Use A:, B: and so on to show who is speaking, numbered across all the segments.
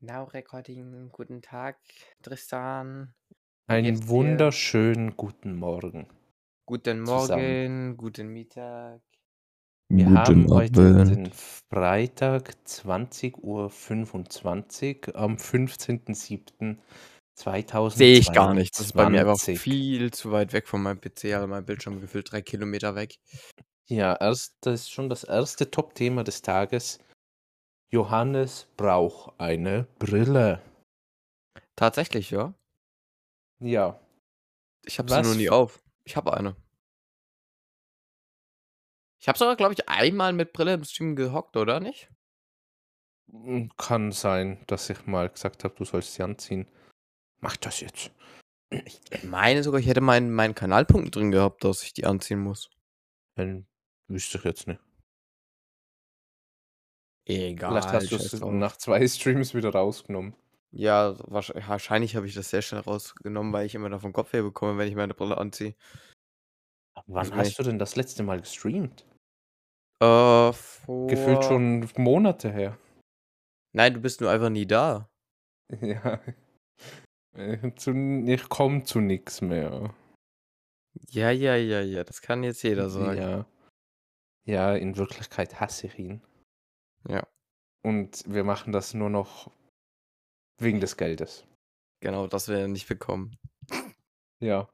A: Now Recording, guten Tag, Tristan. Wie geht's
B: Einen
A: dir?
B: wunderschönen guten Morgen.
A: Guten
B: zusammen.
A: Morgen, guten Mittag.
B: Wir haben
C: Guten
B: heute den
A: Hm,
C: Abend.
B: Freitag 20.25 Uhr am 15.07.2020.
A: Sehe ich gar nicht. Das ist bei mir einfach viel zu weit weg von meinem PC, also mein Bildschirm gefühlt drei Kilometer weg.
B: Ja, erst, das ist schon das erste Top-Thema des Tages. Johannes braucht eine Brille.
A: Tatsächlich, ja.
B: Ja,
A: Ich habe sie
B: Was
A: nur nie
B: für-
A: auf. Ich habe eine. Ich habe sogar, glaube ich, einmal mit Brille im Stream gehockt, oder nicht?
B: m, kann sein, dass ich mal gesagt habe, du sollst sie anziehen. Mach das jetzt.
A: Ich meine sogar, ich hätte meinen, meinen Kanalpunkt drin gehabt, dass ich die anziehen muss.
B: Dann wüsste ich jetzt nicht.
A: Egal.
B: Vielleicht hast du
A: scheiß
B: es
A: drauf.
B: nach zwei Streams wieder rausgenommen.
A: Ja, wahrsch- wahrscheinlich habe ich das sehr schnell rausgenommen, weil ich immer davon Kopf her bekomme, wenn ich meine Brille anziehe.
B: Wann
A: Weiß
B: hast
A: nicht.
B: du denn das letzte Mal gestreamt?
A: Äh, vor...
B: Gefühlt schon Monate her.
A: Nein, du bist nur einfach nie da.
B: Ja. Äh, Zu, ich komme zu nichts mehr.
A: Ja, ja, ja, ja, das kann jetzt jeder sagen.
B: Ja. ja, in Wirklichkeit hasse ich ihn.
A: Ja.
B: Und wir machen das nur noch wegen des Geldes.
A: Genau, das werden wir nicht bekommen.
B: Ja.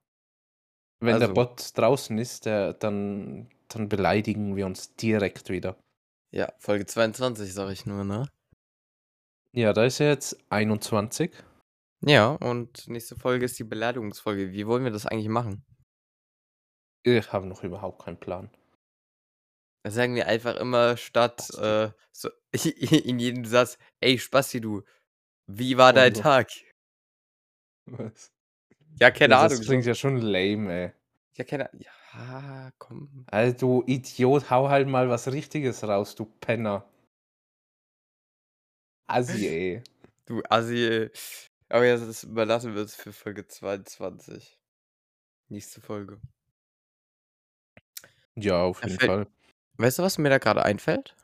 B: Wenn der
A: Also.
B: Bot draußen ist, der, dann, dann beleidigen wir uns direkt wieder.
A: Ja, Folge 22, sage ich nur, ne?
B: Ja, da ist er jetzt 21.
A: Ja, und nächste Folge ist die Beleidigungsfolge. Wie wollen wir das eigentlich machen?
B: Ich habe noch überhaupt keinen Plan.
A: Da sagen wir einfach immer statt
B: Spasti.
A: äh, so, in jedem Satz, ey Spasti, du, wie war dein
B: Oder so.
A: Tag?
B: Was?
A: Ja, keine
B: Also, das
A: Ahnung. so.
B: klingt ja schon lame, ey.
A: Ja, keine Ahnung. Ja, komm.
B: Also, du Idiot, hau halt mal was Richtiges raus, du Penner. Assi, ey.
A: Du Assi. ey. Aber ja, das überlassen wir uns für Folge 22. Nächste Folge.
B: Ja, auf jeden
A: fällt-
B: Fall.
A: Weißt du, was mir da gerade einfällt?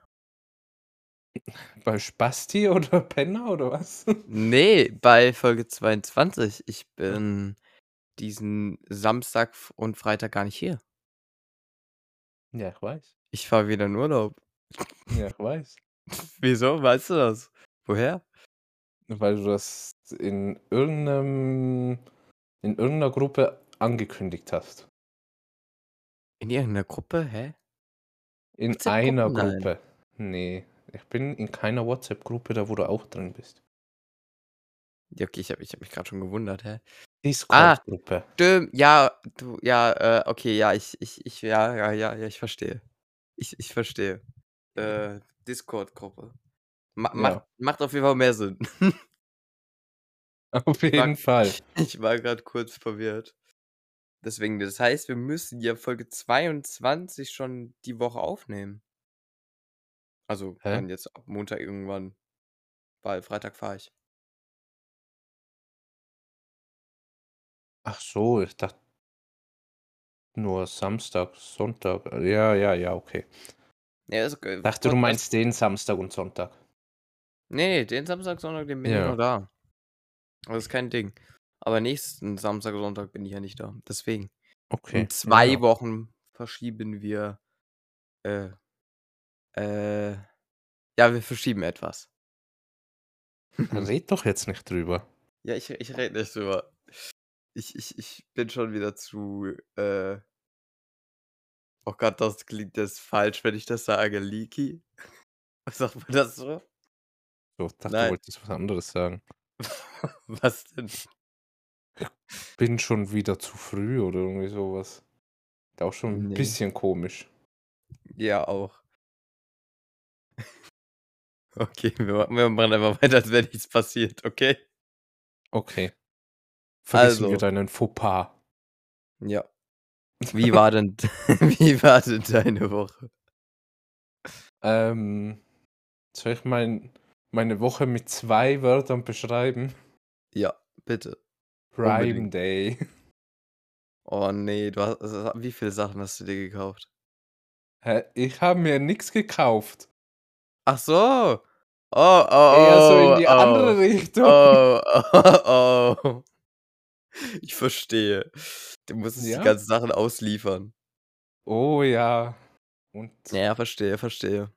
B: Bei Spasti oder Penner oder was?
A: Nee, bei Folge 22. Ich bin diesen Samstag f- und Freitag gar nicht hier.
B: Ja, ich weiß.
A: Ich fahre wieder in Urlaub.
B: Ja, ich weiß.
A: Wieso? Weißt du das? Woher?
B: Weil du das in irgendeinem, in irgendeiner Gruppe angekündigt hast.
A: In irgendeiner Gruppe? Hä?
B: In
A: WhatsApp-Gruppen?
B: einer
A: Nein.
B: Gruppe. Nee, ich bin in keiner WhatsApp-Gruppe, da wo du auch drin bist.
A: Ah. Ja, okay, ich habe ich hab mich gerade schon gewundert, hä?
B: Discord-Gruppe.
A: Stimmt, ja, du, ja, äh, okay, ja, ich, ich, ich, ja, ja, ja, ja, ich verstehe. Ich, ich verstehe. Äh, Discord-Gruppe. Ma macht,
B: Ja.
A: macht auf jeden Fall mehr Sinn.
B: Auf jeden Fall.
A: Ich war gerade kurz verwirrt. Deswegen, das heißt, wir müssen ja Folge 22 schon die Woche aufnehmen. Also,
B: Hä?
A: dann jetzt ab Montag irgendwann, weil Freitag fahre ich.
B: Ach so, ich dachte nur Samstag, Sonntag. äh, Ja, ja, ja, okay.
A: Ja, ist okay.
B: Ich dachte, du
A: Podcast-
B: meinst den Samstag und Sonntag.
A: Nee, nee, Ne, den Samstag, Sonntag, den bin ich
B: Ja.
A: noch da. Das ist kein Ding. Aber nächsten Samstag, Sonntag bin ich ja nicht da. Deswegen.
B: Okay.
A: In zwei
B: ja.
A: Wochen verschieben wir. Äh, äh, ja, wir verschieben etwas.
B: Red doch jetzt nicht drüber.
A: Ja, ich, ich rede nicht drüber. Ich, ich, ich bin schon wieder zu. Äh, oh Gott, das klingt jetzt falsch, wenn ich das sage. Leaky. Was sagt man das so?
B: So, ich dachte,
A: Nein.
B: du wolltest was anderes sagen.
A: Was denn?
B: Bin schon wieder zu früh oder irgendwie sowas. Ist auch schon ein
A: Nee.
B: bisschen komisch.
A: Ja, auch. Okay, wir, ma- wir machen einfach weiter, als wäre nichts passiert, okay?
B: Okay. Vergessen
A: Also.
B: wir deinen Fauxpas.
A: Ja. Wie war denn, wie war denn deine Woche?
B: Ähm, soll ich mein, meine Woche mit zwei Wörtern beschreiben?
A: Ja, bitte.
B: Prime
A: Unbedingt.
B: Day.
A: Oh nee, du hast, wie viele Sachen hast du dir gekauft?
B: Hä? Ich habe mir nichts gekauft.
A: Ach so, Oh, oh, oh.
B: Eher so in die
A: oh,
B: andere
A: Oh,
B: Richtung.
A: oh, oh. Ich verstehe. Du musstest
B: Ja.
A: die ganzen Sachen ausliefern.
B: Oh ja. Und
A: Ja, verstehe, verstehe.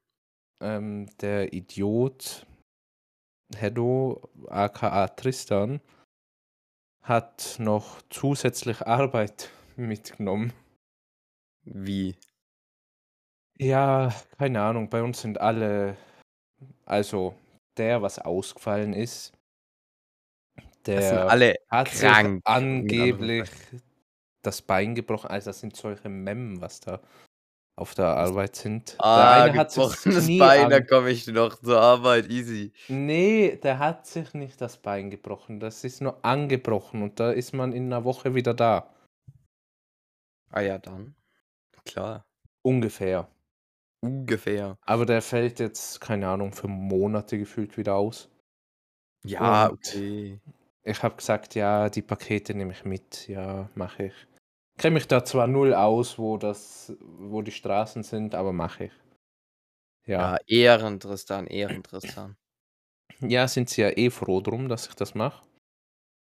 B: ähm, der Idiot Heddo, aka Tristan, hat noch zusätzlich Arbeit mitgenommen.
A: Wie?
B: Ja, keine Ahnung, bei uns sind alle, also der, was ausgefallen ist,
A: Das sind
B: der
A: alle
B: hat sich
A: krank, in
B: angeblich das Bein gebrochen. Also das sind solche Memmen, was da auf der Arbeit sind. Der
A: Ah,
B: eine hat sich das
A: gebrochenes
B: Knie
A: Bein, da
B: an-
A: komme ich noch zur Arbeit, easy.
B: Nee, der hat sich nicht das Bein gebrochen. Das ist nur angebrochen und da ist man in einer Woche wieder da.
A: Ah ja, dann. Klar.
B: Ungefähr.
A: Ungefähr.
B: Aber der fällt jetzt, keine Ahnung, für Monate gefühlt wieder aus.
A: Ja,
B: Und-
A: okay.
B: Ich habe gesagt, ja, die Pakete nehme ich mit, ja, mache ich. Kenne mich da zwar null aus, wo das, wo die Straßen sind, aber mache ich. Ja.
A: Ja, Ehren, Tristan, Ehren, Tristan.
B: ja, sind sie ja eh froh drum, dass ich das mache.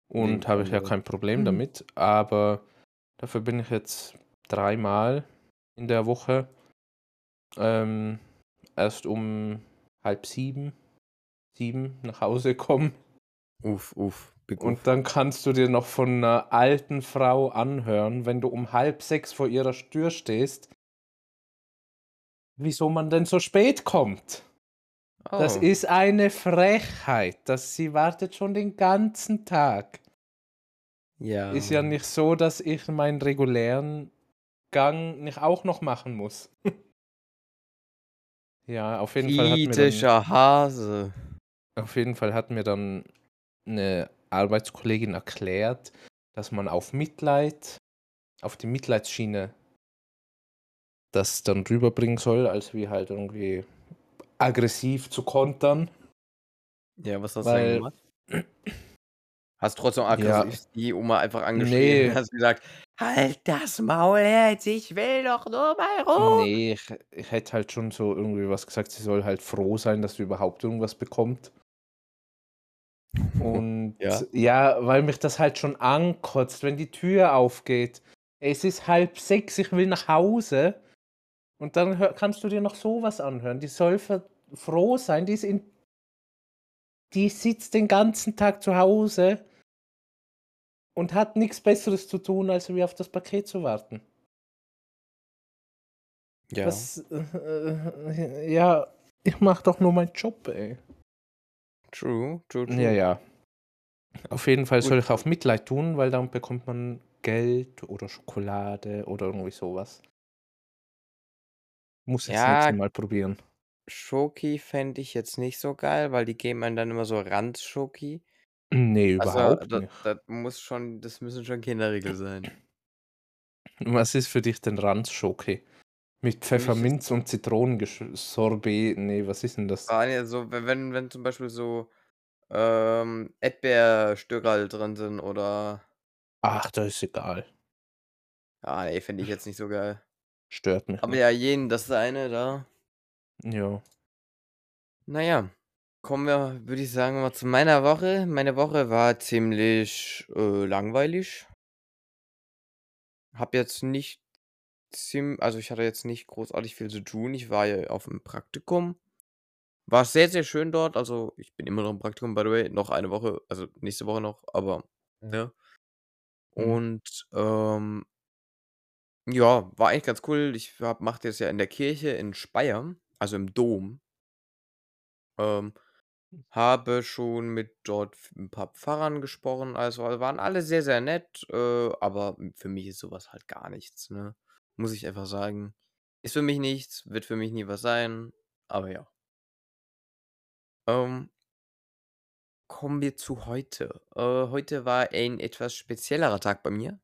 B: Und
A: Wegen
B: habe ich ja
A: Corona.
B: kein Problem
A: Mhm.
B: damit, aber dafür bin ich jetzt dreimal in der Woche. Ähm, erst um halb sieben, sieben nach Hause kommen.
A: Uff, uff. Big uff.
B: Und dann kannst du dir noch von einer alten Frau anhören, wenn du um halb sechs vor ihrer Tür stehst, wieso man denn so spät kommt. Das
A: Oh.
B: ist eine Frechheit, dass sie wartet schon den ganzen Tag.
A: ja.
B: Ist ja nicht so, dass ich meinen regulären Gang nicht auch noch machen muss. ja, auf jeden Fall hat mir dann
A: Kritischer Hase.
B: Auf jeden Fall hat mir dann eine Arbeitskollegin erklärt, dass man auf Mitleid, auf die Mitleidsschiene das dann rüberbringen soll, als wie halt irgendwie aggressiv zu kontern.
A: Ja, was hast du
B: Weil-
A: denn gemacht? Hast trotzdem
B: Ja.
A: aggressiv die Oma einfach angeschrieben
B: Nee.
A: und hast gesagt, halt das Maul jetzt, ich will doch nur mal rum.
B: Nee, ich, ich hätte halt schon so irgendwie was gesagt, sie soll halt froh sein, dass sie überhaupt irgendwas bekommt. Und
A: Ja.
B: ja. weil mich das halt schon ankotzt, wenn die Tür aufgeht. Es ist halb sechs, ich will nach Hause. Und dann hör, kannst du dir noch sowas anhören. Die soll ver- froh sein, die ist in. Die sitzt den ganzen Tag zu Hause und hat nichts Besseres zu tun, als wie auf das Paket zu warten.
A: Ja.
B: Das, äh, äh, ja, ich mach doch nur meinen Job, ey.
A: True, true, true.
B: Ja, ja. Auf jeden Fall
A: Gut.
B: soll ich auf Mitleid tun, weil dann bekommt man Geld oder Schokolade oder irgendwie sowas. Muss jetzt
A: Ja.
B: nächstes Mal probieren.
A: Schoki fände ich jetzt nicht so geil, weil die geben einem dann immer so Ranz-Schoki.
B: Nee,
A: Also,
B: überhaupt
A: da-
B: nicht.
A: das muss schon, das müssen schon Kinderriegel sein.
B: Was ist für dich denn Ranzschoki? Mit Pfefferminz und Zitronensorbet? Nee, was ist denn das?
A: Ah, nee, so, wenn- wenn, wenn zum Beispiel so ähm, Erdbeerstückerl drin sind oder.
B: Ach, das ist egal.
A: Ah, nee, finde ich jetzt nicht so geil.
B: Stört mich.
A: Aber
B: nicht.
A: ja, jeden, das ist eine da.
B: ja.
A: Naja, kommen wir, würde ich sagen, mal zu meiner Woche. Meine Woche war ziemlich äh, langweilig. Hab jetzt nicht ziem also ich hatte jetzt nicht großartig viel zu tun. Ich war ja auf dem Praktikum. War sehr, sehr schön dort. Also ich bin immer noch im Praktikum, by the way. Noch eine Woche, also nächste Woche noch, aber ne.
B: Mhm.
A: Und ähm, ja, war eigentlich ganz cool. Ich hab, machte das ja in der Kirche in Speyer, also im Dom. Ähm, habe schon mit dort f- ein paar Pfarrern gesprochen. Also waren alle sehr, sehr nett. Äh, aber m- für mich ist sowas halt gar nichts, ne? Muss ich einfach sagen. Ist für mich nichts, wird für mich nie was sein. Aber ja. Ähm, kommen wir zu heute. Äh, heute war ein etwas speziellerer Tag bei mir.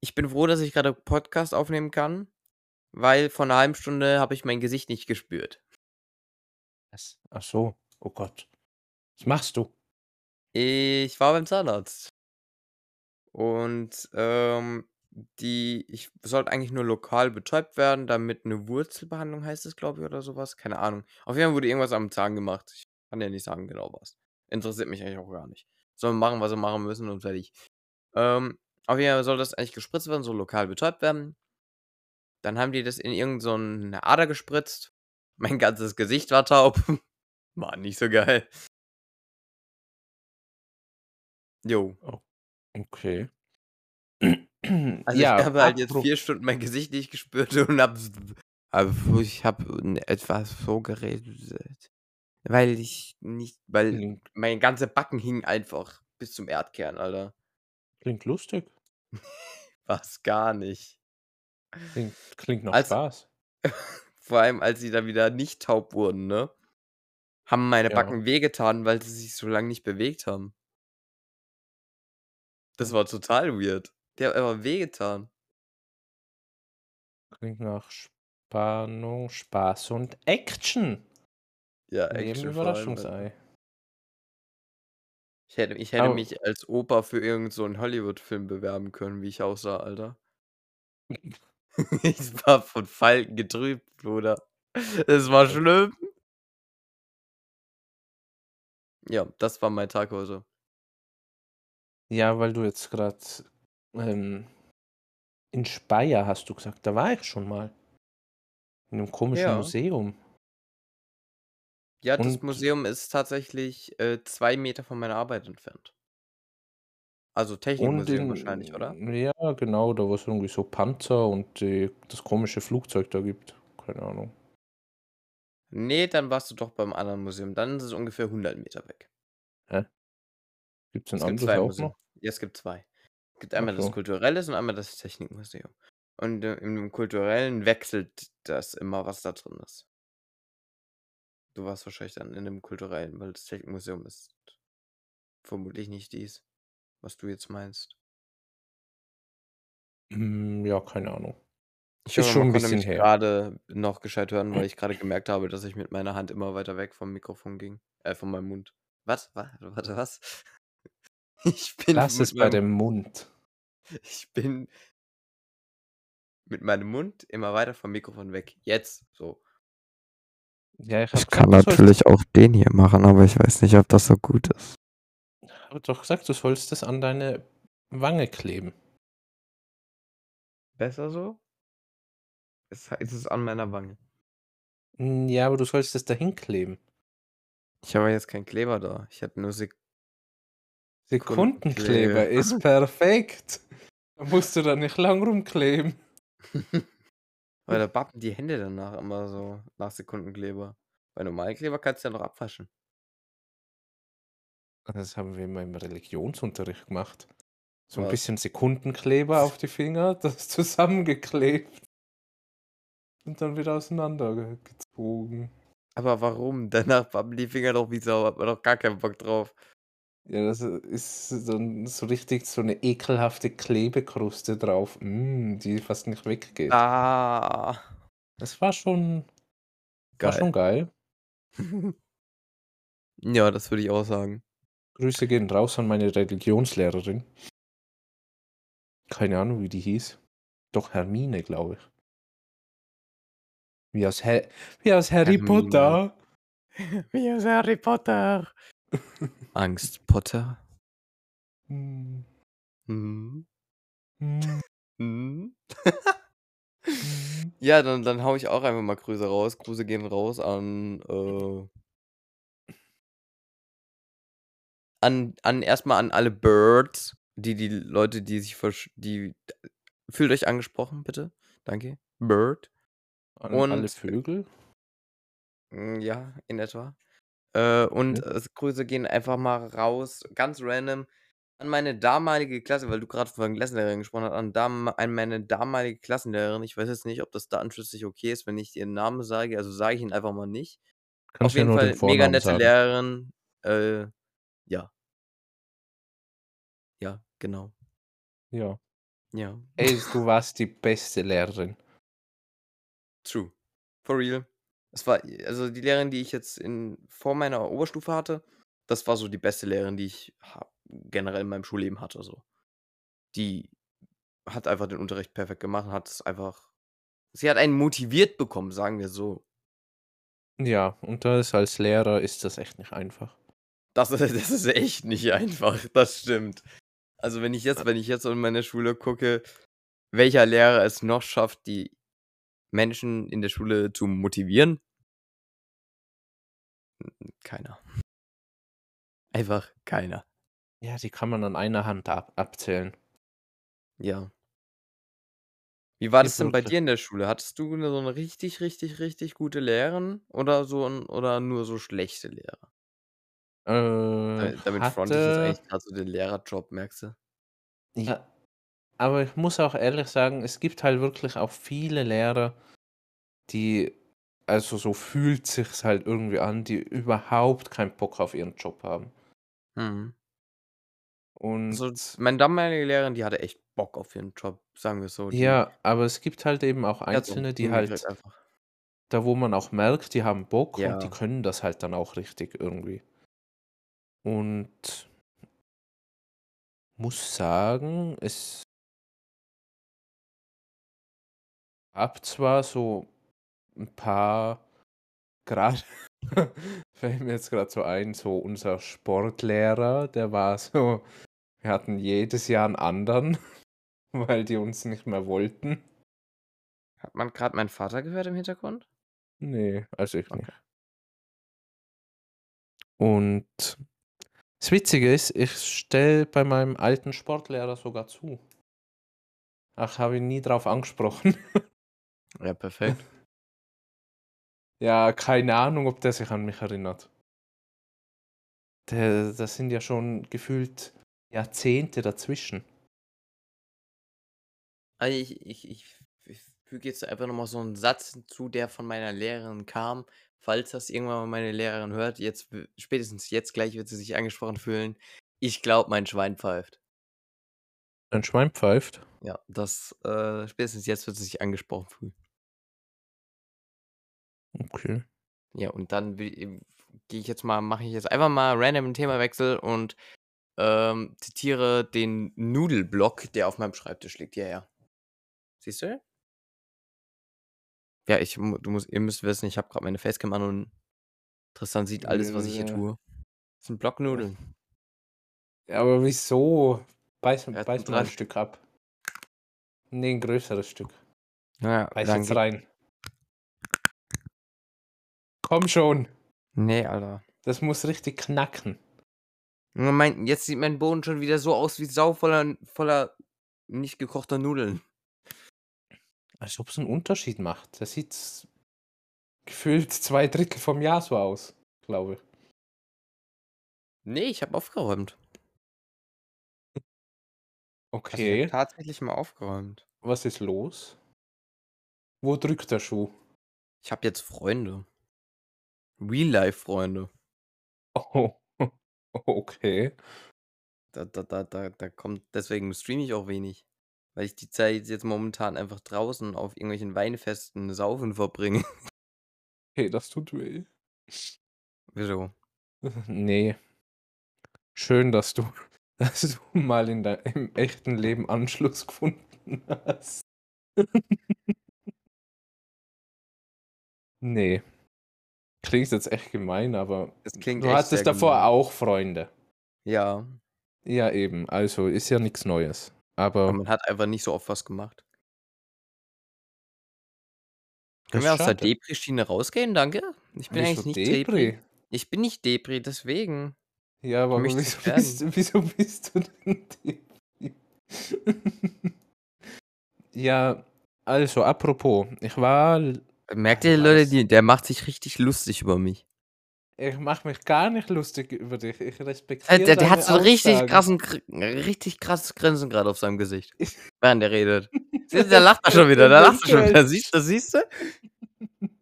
A: Ich bin froh, dass ich gerade Podcast aufnehmen kann, weil vor einer halben Stunde habe ich mein Gesicht nicht gespürt.
B: Was? Ach so. Oh Gott. Was machst du?
A: Ich war beim Zahnarzt. Und ähm, die ich sollte eigentlich nur lokal betäubt werden, damit eine Wurzelbehandlung heißt es, glaube ich, oder sowas. Keine Ahnung. Auf jeden Fall wurde irgendwas am Zahn gemacht. Ich kann ja nicht sagen genau was. Interessiert mich eigentlich auch gar nicht. Sollen machen, was sie machen müssen und fertig. Ähm, auf jeden Fall soll das eigentlich gespritzt werden, so lokal betäubt werden. Dann haben die das in irgendeine Ader gespritzt. Mein ganzes Gesicht war taub. War nicht so geil. Jo.
B: Okay.
A: Also ich habe halt jetzt vier Stunden mein Gesicht nicht gespürt und hab, aber ich habe etwas so geredet, weil ich nicht, weil
B: Klingt,
A: mein ganze Backen hing einfach bis zum Erdkern, Alter.
B: klingt lustig.
A: Was gar nicht.
B: Klingt, klingt nach
A: Also-
B: Spaß.
A: Vor allem, als sie dann wieder nicht taub wurden, ne? Haben meine
B: Ja.
A: Backen wehgetan, weil sie sich so lange nicht bewegt haben. Das war total weird. Die haben einfach wehgetan.
B: Klingt nach Spannung, Spaß und Action.
A: Ja,
B: Neben
A: Action vor allem, halt Alter.
B: Überraschungsei.
A: Ich hätte, ich hätte
B: Aber-
A: mich als Opa für irgendeinen so einen Hollywood-Film bewerben können, wie ich aussah, Alter. ich war von Falten getrübt, Bruder. Es
B: Äh.
A: war schlimm. Ja, das war mein Tag heute.
B: Ja, weil du jetzt gerade ähm, in Speyer hast du gesagt, da war ich schon mal. In einem komischen
A: Ja.
B: Museum.
A: Ja, das
B: Und-
A: Museum ist tatsächlich äh, zwei Meter von meiner Arbeit entfernt. Also
B: Und
A: Technikmuseum
B: in,
A: wahrscheinlich, oder?
B: Ja, genau, da wo es irgendwie so Panzer und äh, das komische Flugzeug da gibt. Keine Ahnung.
A: Nee, dann warst du doch beim anderen Museum. Dann ist es ungefähr 100 Meter weg.
B: Gibt es
A: Es
B: ein
A: gibt
B: anderes
A: zwei
B: auch
A: Museen.
B: noch?
A: Ja, es gibt zwei. Es gibt
B: Ach
A: einmal das
B: so.
A: Kulturelles und einmal das Technikmuseum. Und äh, im Kulturellen wechselt das immer, was da drin ist. Du warst wahrscheinlich dann in dem Kulturellen, weil das Technikmuseum ist vermutlich nicht dies, was du jetzt meinst.
B: Hm, ja, keine Ahnung.
A: Ich
B: Ist
A: hoffe,
B: schon
A: man
B: ein
A: konnte
B: bisschen
A: mich
B: her.
A: gerade noch gescheit hören, weil ich gerade gemerkt habe, dass ich mit meiner Hand immer weiter weg vom Mikrofon ging. Äh, von meinem Mund. Was? Warte, warte was? Ich bin
B: Das
A: mit
B: ist bei
A: meinem-
B: dem Mund.
A: Ich bin mit meinem Mund immer weiter vom Mikrofon weg. Jetzt so.
B: Ja, ich
A: Ich
B: habe
A: kann natürlich auch den hier machen, aber ich weiß nicht, ob das so gut ist.
B: hab doch gesagt, du sollst das an deine Wange kleben.
A: Besser so? Es ist es an meiner Wange.
B: Hm, Ja, aber du sollst das dahin kleben.
A: Ich habe jetzt keinen Kleber da. Ich habe nur Sek Sekundenkleber.
B: Sekundenkleber ist perfekt. Da musst du da nicht lang rumkleben.
A: Weil da bappen die Hände danach immer so nach Sekundenkleber. Bei normalen Kleber kannst du ja noch abwaschen.
B: Das haben wir immer im Religionsunterricht gemacht. So ein
A: Was?
B: bisschen Sekundenkleber auf die Finger, das zusammengeklebt und dann wieder auseinandergezogen.
A: Aber warum? Danach bappen die Finger doch wie Sau. Hat man doch gar keinen Bock drauf.
B: Ja, das ist dann so richtig so eine ekelhafte Klebekruste drauf, mm, die fast nicht weggeht.
A: Ah.
B: Das war schon, war
A: Geil.
B: schon geil.
A: ja, das würde ich auch sagen.
B: Grüße gehen raus an meine Religionslehrerin. Keine Ahnung, wie die hieß. Doch Hermine, glaube ich. Wie aus, Ha- wie aus Harry
A: Hermine.
B: Potter.
A: Wie ist Harry Potter? Angst, Potter.
B: Hm,
A: Hm.
B: hm,
A: Hm.
B: hm.
A: Ja, dann, dann hau ich auch einfach mal Grüße raus. Grüße gehen raus an. Äh, an, an erstmal an alle Birds, die die Leute, die sich versch die fühlt euch angesprochen, bitte. Danke. Bird.
B: An
A: Und-
B: alle Vögel.
A: Mm, Ja, in etwa. Äh, und
B: Mhm.
A: äh, Grüße gehen einfach mal raus, ganz random, an meine damalige Klasse, weil du gerade von Klassenlehrerin gesprochen hast, an, dam an meine damalige Klassenlehrerin. Ich weiß jetzt nicht, ob das datenschutzlich okay ist, wenn ich ihren Namen sage, also sage ich ihn einfach mal nicht. Auf
B: Kannst ja
A: jeden
B: nur
A: Fall
B: den Vornamen
A: mega nette
B: sagen.
A: Lehrerin. Äh, ja. Ja, genau.
B: Ja.
A: Ja.
B: Ey, du warst die beste Lehrerin.
A: True. For real. Es war, also die Lehrerin, die ich jetzt in, vor meiner Oberstufe hatte, das war so die beste Lehrerin, die ich ha- generell in meinem Schulleben hatte. So. Die hat einfach den Unterricht perfekt gemacht und hat es einfach. Sie hat einen motiviert bekommen, sagen wir so.
B: Ja, und das als Lehrer ist das echt nicht einfach.
A: Das, ist- das ist echt nicht einfach, das stimmt. Also wenn ich jetzt, wenn ich jetzt in meine Schule gucke, welcher Lehrer es noch schafft, die Menschen in der Schule zu motivieren? Keiner. Einfach keiner.
B: Ja, die kann man an einer Hand ab abzählen.
A: Ja. Wie war
B: Die
A: das denn bei
B: Punkte.
A: dir in der Schule? Hattest du ne- so eine richtig, richtig, richtig gute Lehrerin oder so ein, oder nur so schlechte Lehrer?
B: Äh,
A: Äh, Damit fronte ich jetzt
B: hatte-
A: eigentlich gerade so den Lehrerjob, merkst du?
B: Ja, aber ich muss auch ehrlich sagen, es gibt halt wirklich auch viele Lehrer, die, also so fühlt sich's halt irgendwie an, die überhaupt keinen Bock auf ihren Job haben.
A: Mhm.
B: Und
A: Also, meine damalige Lehrerin, die hatte echt Bock auf ihren Job, sagen wir so. Die-
B: ja, aber es gibt halt eben auch
A: die hat's auch
B: Einzelne, die
A: hingekriegt
B: halt,
A: Einfach.
B: da wo man auch merkt, die haben Bock und die
A: Ja.
B: können das halt dann auch richtig irgendwie. Und muss sagen, es gab zwar so ein paar, gerade, fällt mir jetzt gerade so ein, so unser Sportlehrer, der war so, wir hatten jedes Jahr einen anderen, weil die uns nicht mehr wollten.
A: Hat man gerade meinen Vater gehört im Hintergrund?
B: Nee, also ich
A: Okay.
B: nicht. Und das Witzige ist, ich stelle bei meinem alten Sportlehrer sogar zu. Ach, habe ihn nie drauf angesprochen.
A: Ja, perfekt.
B: Ja, keine Ahnung, ob der sich an mich erinnert. Der, das sind ja schon gefühlt Jahrzehnte dazwischen.
A: Also ich, ich, ich, ich füge jetzt einfach nochmal so einen Satz hinzu, der von meiner Lehrerin kam. Falls das irgendwann mal meine Lehrerin hört, jetzt w- spätestens jetzt gleich wird sie sich angesprochen fühlen. Ich glaube, mein Schwein pfeift.
B: Ein Schwein pfeift.
A: Ja, das äh, spätestens jetzt wird sie sich angesprochen fühlen.
B: Okay.
A: Ja, und dann gehe ich jetzt mal, mache ich jetzt einfach mal random einen Themawechsel und ähm, zitiere den Nudelblock, der auf meinem Schreibtisch liegt. Ja, ja. Siehst du? Ja, ich, mu- du musst, ihr müsst wissen, ich habe gerade meine Facecam an und Tristan sieht alles, was ich hier
B: Ja.
A: tue. Das sind Blocknudeln.
B: Aber wieso? Beiß,
A: Ja,
B: beiß
A: zum
B: mal ein
A: Dran-
B: Stück ab. Nee, ein größeres Stück.
A: Naja,
B: Beiß
A: dann
B: jetzt
A: geht-
B: rein. Komm schon.
A: Nee, Alter.
B: Das muss richtig knacken.
A: Junge, Mein, jetzt sieht mein Boden schon wieder so aus wie Sau voller, voller nicht gekochter Nudeln.
B: Als ob es einen Unterschied macht. Das sieht gefühlt zwei Drittel vom Jahr so aus, glaube ich.
A: Nee, ich habe aufgeräumt. Also ich hab
B: Okay,
A: tatsächlich mal aufgeräumt.
B: was ist los? Wo drückt der Schuh?
A: Ich habe jetzt Freunde. Real-Life-Freunde.
B: Oh, okay.
A: Da, da, da, da, da kommt, deswegen streame ich auch wenig. Weil ich die Zeit jetzt momentan einfach draußen auf irgendwelchen Weinfesten saufen verbringe.
B: Okay, das tut weh.
A: Wieso?
B: Nee. Schön, dass du, dass du mal in dein, im echten Leben Anschluss gefunden hast. Nee. Klingt jetzt echt gemein, aber
A: Das klingt
B: Hm, du
A: echt
B: hattest
A: sehr
B: davor
A: gemein.
B: auch Freunde.
A: Ja,
B: Ja, eben. Also ist ja nichts Neues.
A: aber
B: Aber
A: man hat einfach nicht so oft was gemacht.
B: das
A: Können wir aus der
B: schade.
A: Depri-Schiene rausgehen, danke? Ich bin
B: Wieso
A: eigentlich nicht
B: Depri?
A: Depri. Ich bin nicht Depri, deswegen.
B: Ja, aber
A: mich
B: wieso
A: nicht
B: bist, wieso bist du denn Depri? ja, also apropos, ich war,
A: Äh, Merkt
B: Ach,
A: ihr, Leute,
B: was?
A: die, der macht sich richtig lustig über mich.
B: ich mache mich gar nicht lustig über dich. Ich respektiere
A: Äh, Der, der, der hat
B: deine
A: so einen richtig
B: Aussagen.
A: krassen, Gr- richtig krasses Grinsen gerade auf seinem Gesicht, während er redet. Siehst du, Da lacht er schon wieder, da lacht er schon wieder. Siehst, das siehst du?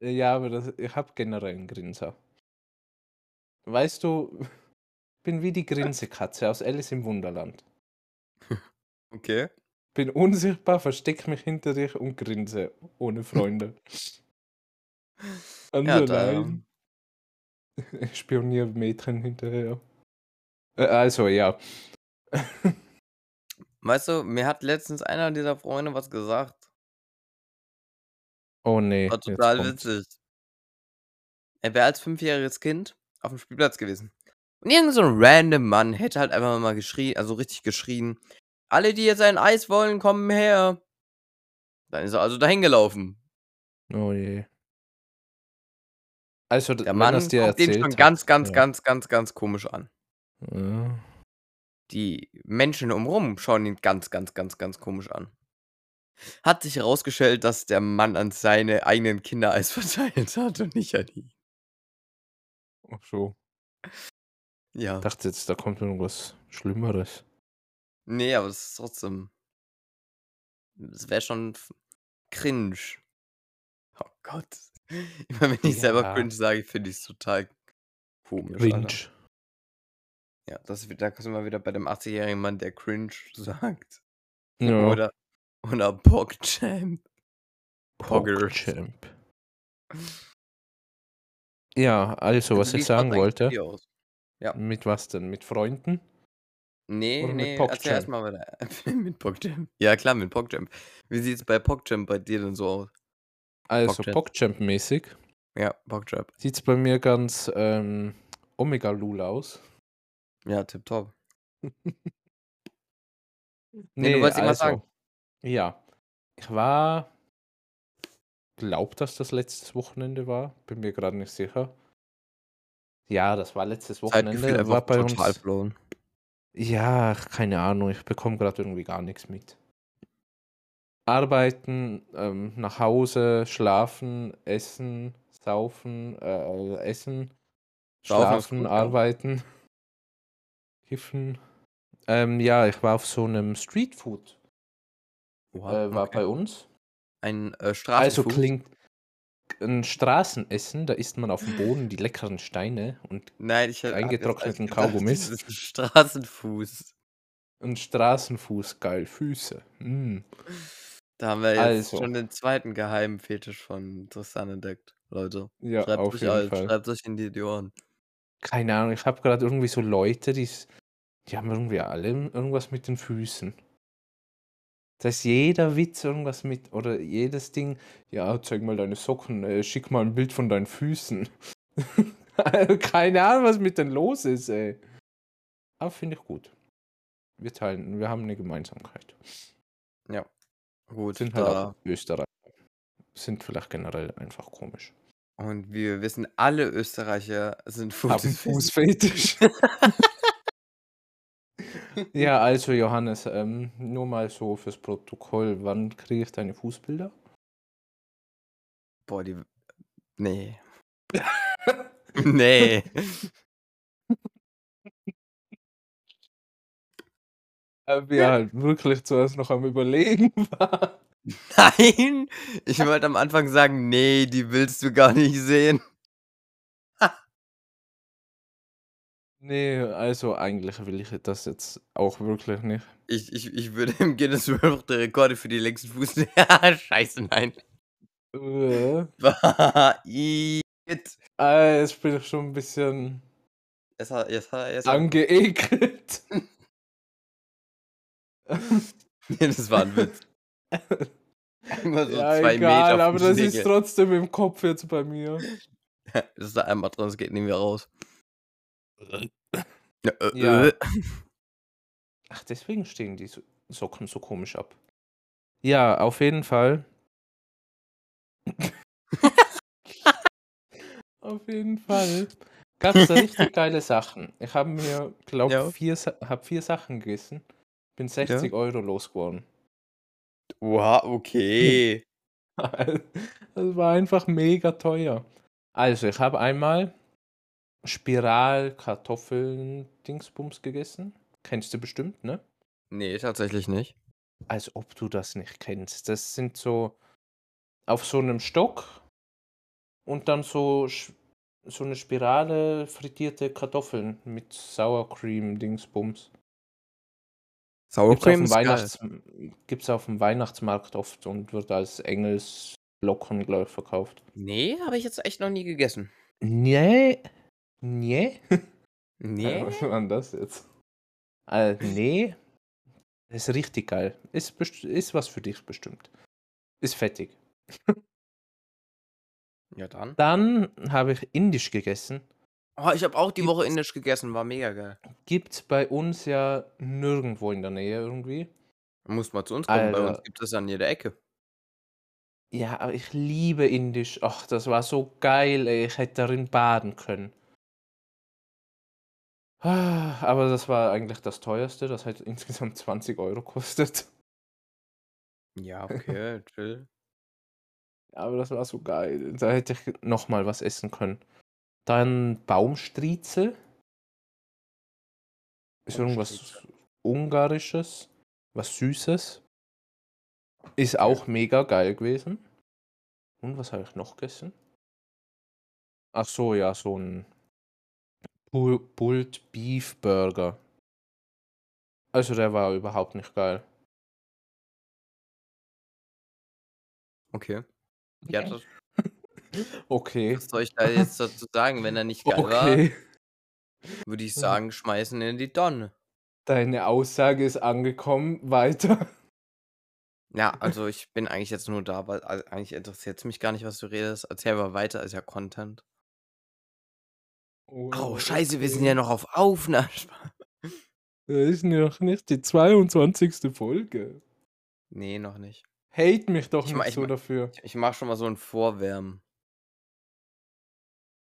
B: Ja, aber das, ich habe generell einen Grinser. Weißt du, bin wie die Grinsekatze aus Alice im Wunderland.
A: Okay.
B: Bin unsichtbar, versteck mich hinter dich und grinse ohne Freunde.
A: Ja,
B: Andere
A: da,
B: nein. Ich spioniere Mädchen hinterher. Äh, also, ja.
A: Weißt du, mir hat letztens einer dieser Freunde was gesagt.
B: Oh nee,
A: War
B: jetzt
A: total
B: kommt's.
A: witzig. Er wäre als fünfjähriges Kind auf dem Spielplatz gewesen. Und irgend so ein random Mann hätte halt einfach mal geschrien, also richtig geschrien: Alle, die jetzt ein Eis wollen, kommen her. Dann ist er also dahin gelaufen.
B: Oh je. Also, d-
A: Der
B: wenn er es
A: Mann
B: dir
A: guckt den schon
B: erzählt hat.
A: ganz, ganz,
B: Ja.
A: ganz, ganz, ganz komisch an.
B: ja.
A: Die Menschen umrum schauen ihn ganz, ganz, ganz, ganz komisch an. Hat sich herausgestellt, dass der Mann an seine eigenen Kinder Eis verteilt hat und nicht an ihn.
B: Ach so.
A: Ja.
B: Dachte jetzt, da kommt irgendwas Schlimmeres.
A: Nee, aber es ist trotzdem. Es wäre schon f- cringe. Oh Gott. Immer wenn ich selber
B: Ja.
A: cringe sage, finde ich es total komisch, Alter.
B: Cringe.
A: Ja, das, wird- da sind wir wieder bei dem 80-jährigen Mann, der cringe sagt.
B: Ja.
A: Oder, oder Bockchamp. Poggers.
B: PogChamp. Ja, also, was
A: Also, wie schaut
B: ich sagen
A: eigentlich bei
B: wollte.
A: dir aus?
B: Mit was denn? Mit Freunden?
A: Nee,
B: Oder mit
A: nee, erzähl
B: PogChamp?
A: erstmal weiter. mit PogChamp. Ja, klar, mit PogChamp. Wie sieht es bei PogChamp bei dir denn so aus?
B: Also,
A: PogChamp.
B: PogChamp-mäßig
A: Ja, PogChamp.
B: sieht es bei mir ganz ähm, Omega-Lul aus.
A: Ja, tipptopp. Nee, du
B: Nee,
A: wolltest irgendwas sagen.
B: also, ja. Ich war, glaub, dass das letztes Wochenende war. Bin mir gerade nicht sicher. Ja, das war letztes
A: Zeitgefühl
B: Wochenende.
A: einfach
B: War bei
A: total
B: uns.
A: blown.
B: Ja, keine Ahnung. Ich bekomme gerade irgendwie gar nichts mit. Arbeiten, ähm, nach Hause, schlafen, essen, saufen, äh, essen,
A: Saufen ist
B: schlafen,
A: gut, ja.
B: arbeiten, kiffen. Ähm, ja, ich war auf so einem Streetfood,
A: Oha,
B: äh, war
A: okay.
B: bei uns.
A: Ein äh,
B: Also
A: Straßenfuß.
B: klingt ein Straßenessen, da isst man auf dem Boden die leckeren Steine und
A: Nein, ich habe jetzt eigentlich
B: eingetrockneten
A: gedacht, das
B: Kaugummis.
A: ist ein Straßenfuß.
B: Ein Straßenfuß, geil, Füße. Mm.
A: Da haben wir jetzt
B: Also,
A: schon den zweiten geheimen Fetisch von Tristan entdeckt, Leute.
B: ja,
A: Schreibt halt,
B: auf
A: euch
B: jeden
A: alles,
B: Fall.
A: schreibt euch in die die Ohren.
B: Keine Ahnung, ich habe gerade irgendwie so Leute, die, s- die haben irgendwie alle irgendwas mit den Füßen. Da ist jeder Witz irgendwas mit, oder jedes Ding, ja, zeig mal deine Socken, äh, schick mal ein Bild von deinen Füßen. Keine Ahnung, was mit denen los ist, ey. Aber finde ich gut. Wir teilen, wir haben eine Gemeinsamkeit.
A: Ja, gut,
B: Sind halt
A: da.
B: auch Österreicher. Sind vielleicht generell einfach komisch.
A: Und wir wissen, alle Österreicher sind
B: Haben
A: Fußfetisch.
B: Fußfetisch. ja, also Johannes, ähm, nur mal so fürs Protokoll, wann kriege ich deine Fußbilder?
A: Boah, die. Nee. Nee.
B: Äh, wir halt wirklich zuerst noch am Überlegen waren.
A: Nein! Ich wollte am Anfang sagen, nee, die willst du gar nicht sehen.
B: Nee, also eigentlich will ich das jetzt auch wirklich nicht.
A: Ich, ich, ich würde im Guinness World Book der Rekorde für die längsten Fuß. Ja, Scheiße, nein.
B: Äh,
A: I- it.
B: äh, jetzt bin ich schon ein bisschen
A: Es hat, es hat, es hat.
B: angeekelt.
A: Nee, das war ein Witz. Immer so
B: ja,
A: zwei
B: egal,
A: Meter
B: aber das ist
A: Fußlänge.
B: trotzdem im Kopf jetzt bei mir.
A: Das ist da einmal drin, es geht nie wieder raus. Äh, Ja, äh,
B: Ja.
A: äh.
B: Ach, deswegen stehen die so- Socken so komisch ab. Ja, auf jeden Fall. Auf jeden Fall. Gab es da richtig geile Sachen. Ich habe mir, glaube
A: Ja.
B: vier, Sa- hab vier Sachen gegessen. Bin 60 Euro losgeworden.
A: Oha, okay.
B: Das war einfach mega teuer. Also, ich habe einmal Spiral-Kartoffeln-Dingsbums gegessen. Kennst du bestimmt, ne?
A: Nee, tatsächlich nicht.
B: Als ob du das nicht kennst. Das sind so auf so einem Stock und dann so, sch- so eine Spirale frittierte Kartoffeln mit Sour Cream Dingsbums.
A: Sour
B: Gibt's auf
A: Cream
B: dem
A: ist geil.
B: Weihnachts gibt's auf dem Weihnachtsmarkt oft und wird als Engels Locken, glaub ich, verkauft.
A: Nee, habe ich jetzt echt noch nie gegessen.
B: Nee. Nee.
A: Nee?
B: was war denn das jetzt? Äh, nee. Ist richtig geil. Ist, best- ist was für dich bestimmt. Ist fettig.
A: Ja, dann.
B: Dann habe ich indisch gegessen.
A: Oh, ich habe auch die Woche
B: Gibt's-
A: indisch gegessen, war mega geil.
B: Gibt's bei uns ja nirgendwo in der Nähe irgendwie.
A: Muss mal zu uns kommen, bei
B: Alter.
A: uns gibt es das an jeder Ecke.
B: Ja, aber ich liebe Indisch. Ach, das war so geil, ey. Ich hätte darin baden können. Ah, Aber das war eigentlich das teuerste. Das hat insgesamt 20 Euro kostet.
A: Ja, okay, chill.
B: Aber das war so geil. Da hätte ich nochmal was essen können. Dann Baumstriezel. Ist irgendwas
A: Baumstriezel.
B: Ungarisches, was Süßes. Ist auch mega geil gewesen. Und was habe ich noch gegessen? Ach so, ja, so ein Bull- Pulled Beef Burger. Also der war überhaupt nicht geil.
A: Okay. Ja,
B: Okay.
A: das,
B: Okay.
A: was soll ich da jetzt dazu sagen? Wenn er nicht geil
B: Okay.
A: war, würde ich sagen, schmeißen in die Tonne.
B: Deine Aussage ist angekommen. Weiter.
A: Ja, also ich bin eigentlich jetzt nur da, weil also eigentlich interessiert es mich gar nicht, was du redest. Erzähl mal weiter, ist ja Content. Oh, scheiße, wir sind ja noch auf Aufnahme.
B: Das ist noch nicht die 22. Folge.
A: Nee, noch nicht.
B: Hate mich doch
A: Ich
B: nicht
A: mach- ich
B: so
A: mach-
B: dafür.
A: Ich, ich mache schon mal so ein Vorwärmen.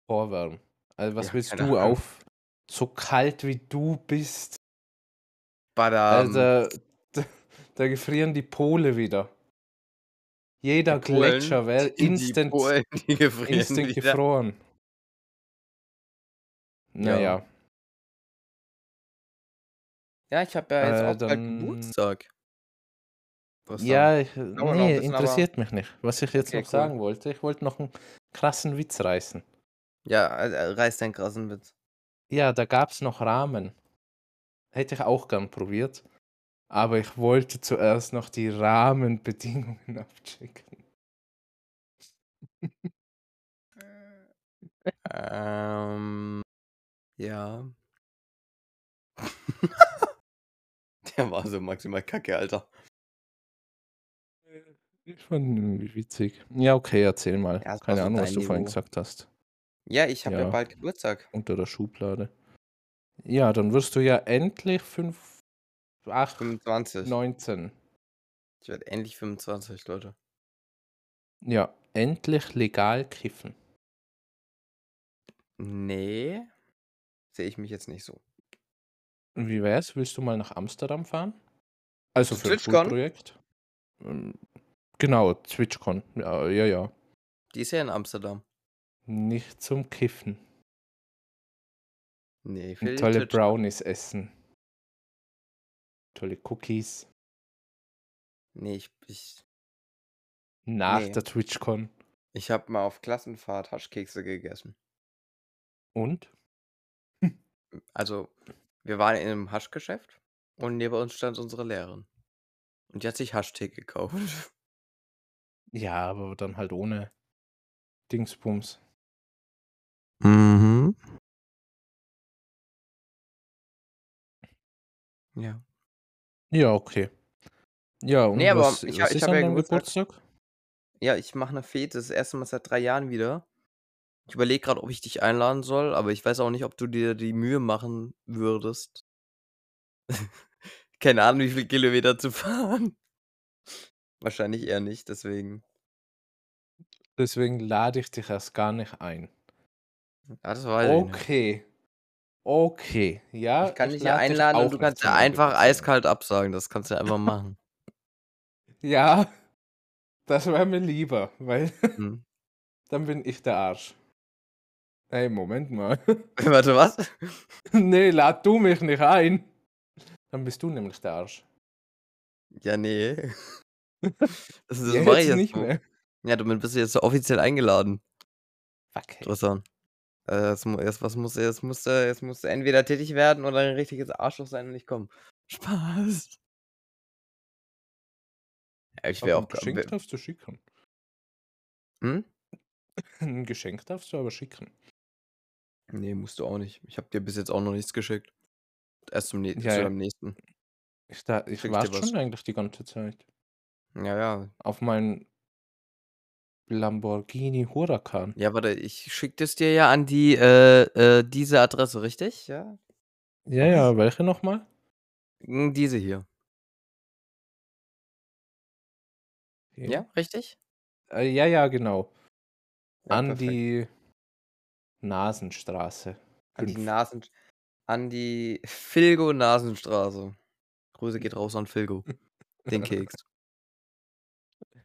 B: Vorwärmen. Also was
A: Ja,
B: willst
A: keine
B: du
A: Ahnung.
B: auf? So kalt wie du bist.
A: Badam.
B: Alter, da, da gefrieren die Pole wieder. Jeder
A: Die Polen,
B: Gletscher wäre
A: die
B: instant,
A: Polen, die gefrieren
B: instant
A: wieder.
B: gefroren.
A: Ja.
B: Naja.
A: Ja, ich habe ja jetzt
B: Äh,
A: auch bald
B: dann-
A: Geburtstag. Was
B: Ja, ich,
A: noch ein
B: nee,
A: bisschen, aber-
B: interessiert mich nicht. Was ich jetzt
A: Okay,
B: noch
A: cool.
B: sagen wollte, ich wollte noch einen krassen Witz reißen.
A: Ja, also, äh, reiß deinen krassen Witz.
B: Ja, da gab es noch Rahmen. Hätte ich auch gern probiert. Aber ich wollte zuerst noch die Rahmenbedingungen abchecken.
A: Ähm, ja. Der war so maximal kacke, Alter.
B: Ich fand ihn irgendwie witzig. Ja, okay, erzähl mal.
A: Ja, es war
B: Keine
A: so
B: Ahnung, was
A: dein
B: du vorhin
A: Niveau.
B: gesagt hast.
A: Ja, ich habe ja.
B: Ja.
A: bald Geburtstag.
B: Unter der Schublade. Ja, dann wirst du ja endlich 5, 8,
A: 25.
B: 19.
A: Ich werde endlich 25, Leute.
B: Ja, endlich legal kiffen.
A: Nee. Sehe ich mich jetzt nicht so.
B: Und Wie wär's? Willst du mal nach Amsterdam fahren? Also
A: Zu
B: für ein
A: TwitchCon?
B: Schulprojekt? Ähm, Genau, TwitchCon. Ja, ja, ja.
A: Die ist ja in Amsterdam.
B: Nicht zum Kiffen.
A: Nee, für
B: Und
A: die
B: tolle
A: Twitch-
B: Brownies essen. Tolle Cookies.
A: Nee, ich, ich,
B: Nach
A: Nee.
B: der TwitchCon.
A: ich habe mal auf Klassenfahrt Haschkekse gegessen.
B: Und?
A: also wir waren in einem Haschgeschäft und neben uns stand unsere Lehrerin. Und die hat sich Haschtee gekauft.
B: Ja, aber dann halt ohne Dingsbums.
A: Mhm. Ja.
B: Ja, okay. Ja, und
A: Nee, aber
B: was,
A: ich ha-
B: was
A: ich
B: ist
A: hab
B: an
A: ja
B: deinem
A: Geburtstag.
B: Geburtstag?
A: Ja, ich mache eine Fete, das erste Mal seit drei Jahren wieder. Ich überlege gerade, ob ich dich einladen soll, aber ich weiß auch nicht, ob du dir die Mühe machen würdest. Keine Ahnung, wie viele Kilometer zu fahren. Wahrscheinlich eher nicht, deswegen.
B: Deswegen lade ich dich erst gar nicht ein.
A: Ja, das weiß ich nicht.
B: Okay. Okay. Ja,
A: ich kann dich ja
B: lade
A: einladen
B: auch
A: und du
B: nicht
A: kannst
B: zu
A: ja
B: meinem
A: einfach
B: Geburtstag ein.
A: eiskalt absagen. Das kannst du einfach machen.
B: Ja, das wäre mir lieber, weil
A: Hm.
B: dann bin ich der Arsch. Ey, Moment mal.
A: Warte, was?
B: nee, lad du mich nicht ein. Dann bist du nämlich der Arsch.
A: Ja, nee. Das, das
B: Ja,
A: mache
B: jetzt
A: ich jetzt
B: nicht
A: so.
B: mehr.
A: Ja, damit bist du jetzt so offiziell eingeladen.
B: Fuck.
A: Tristan. Äh, jetzt, mu- jetzt, was muss, jetzt, musst du, jetzt musst du entweder tätig werden oder ein richtiges Arschloch sein und nicht kommen. Spaß. Ja, ich wäre
B: Aber
A: auch
B: ein Geschenk darfst du schicken.
A: Hm?
B: Ein Geschenk darfst du aber schicken.
A: Nee, musst du auch nicht. Ich habe dir bis jetzt auch noch nichts geschickt. Erst zum, nä
B: Ja,
A: zu
B: ja.
A: deinem nächsten.
B: Ich, da, ich
A: Schick dir
B: war
A: was.
B: schon eigentlich die ganze Zeit.
A: Ja, ja.
B: Auf meinen Lamborghini Huracan.
A: Ja, warte, ich schick das dir ja an die, äh, äh, diese Adresse, richtig? Ja.
B: Ja, ja, welche nochmal?
A: Mm, Diese hier. Ja, richtig?
B: Äh, ja, ja, genau.
A: Ja,
B: An
A: perfekt.
B: die Nasenstraße.
A: An die
B: fünf.
A: Nasen. An die Filgo-Nasenstraße. Grüße geht raus an Filgo. Den Keks.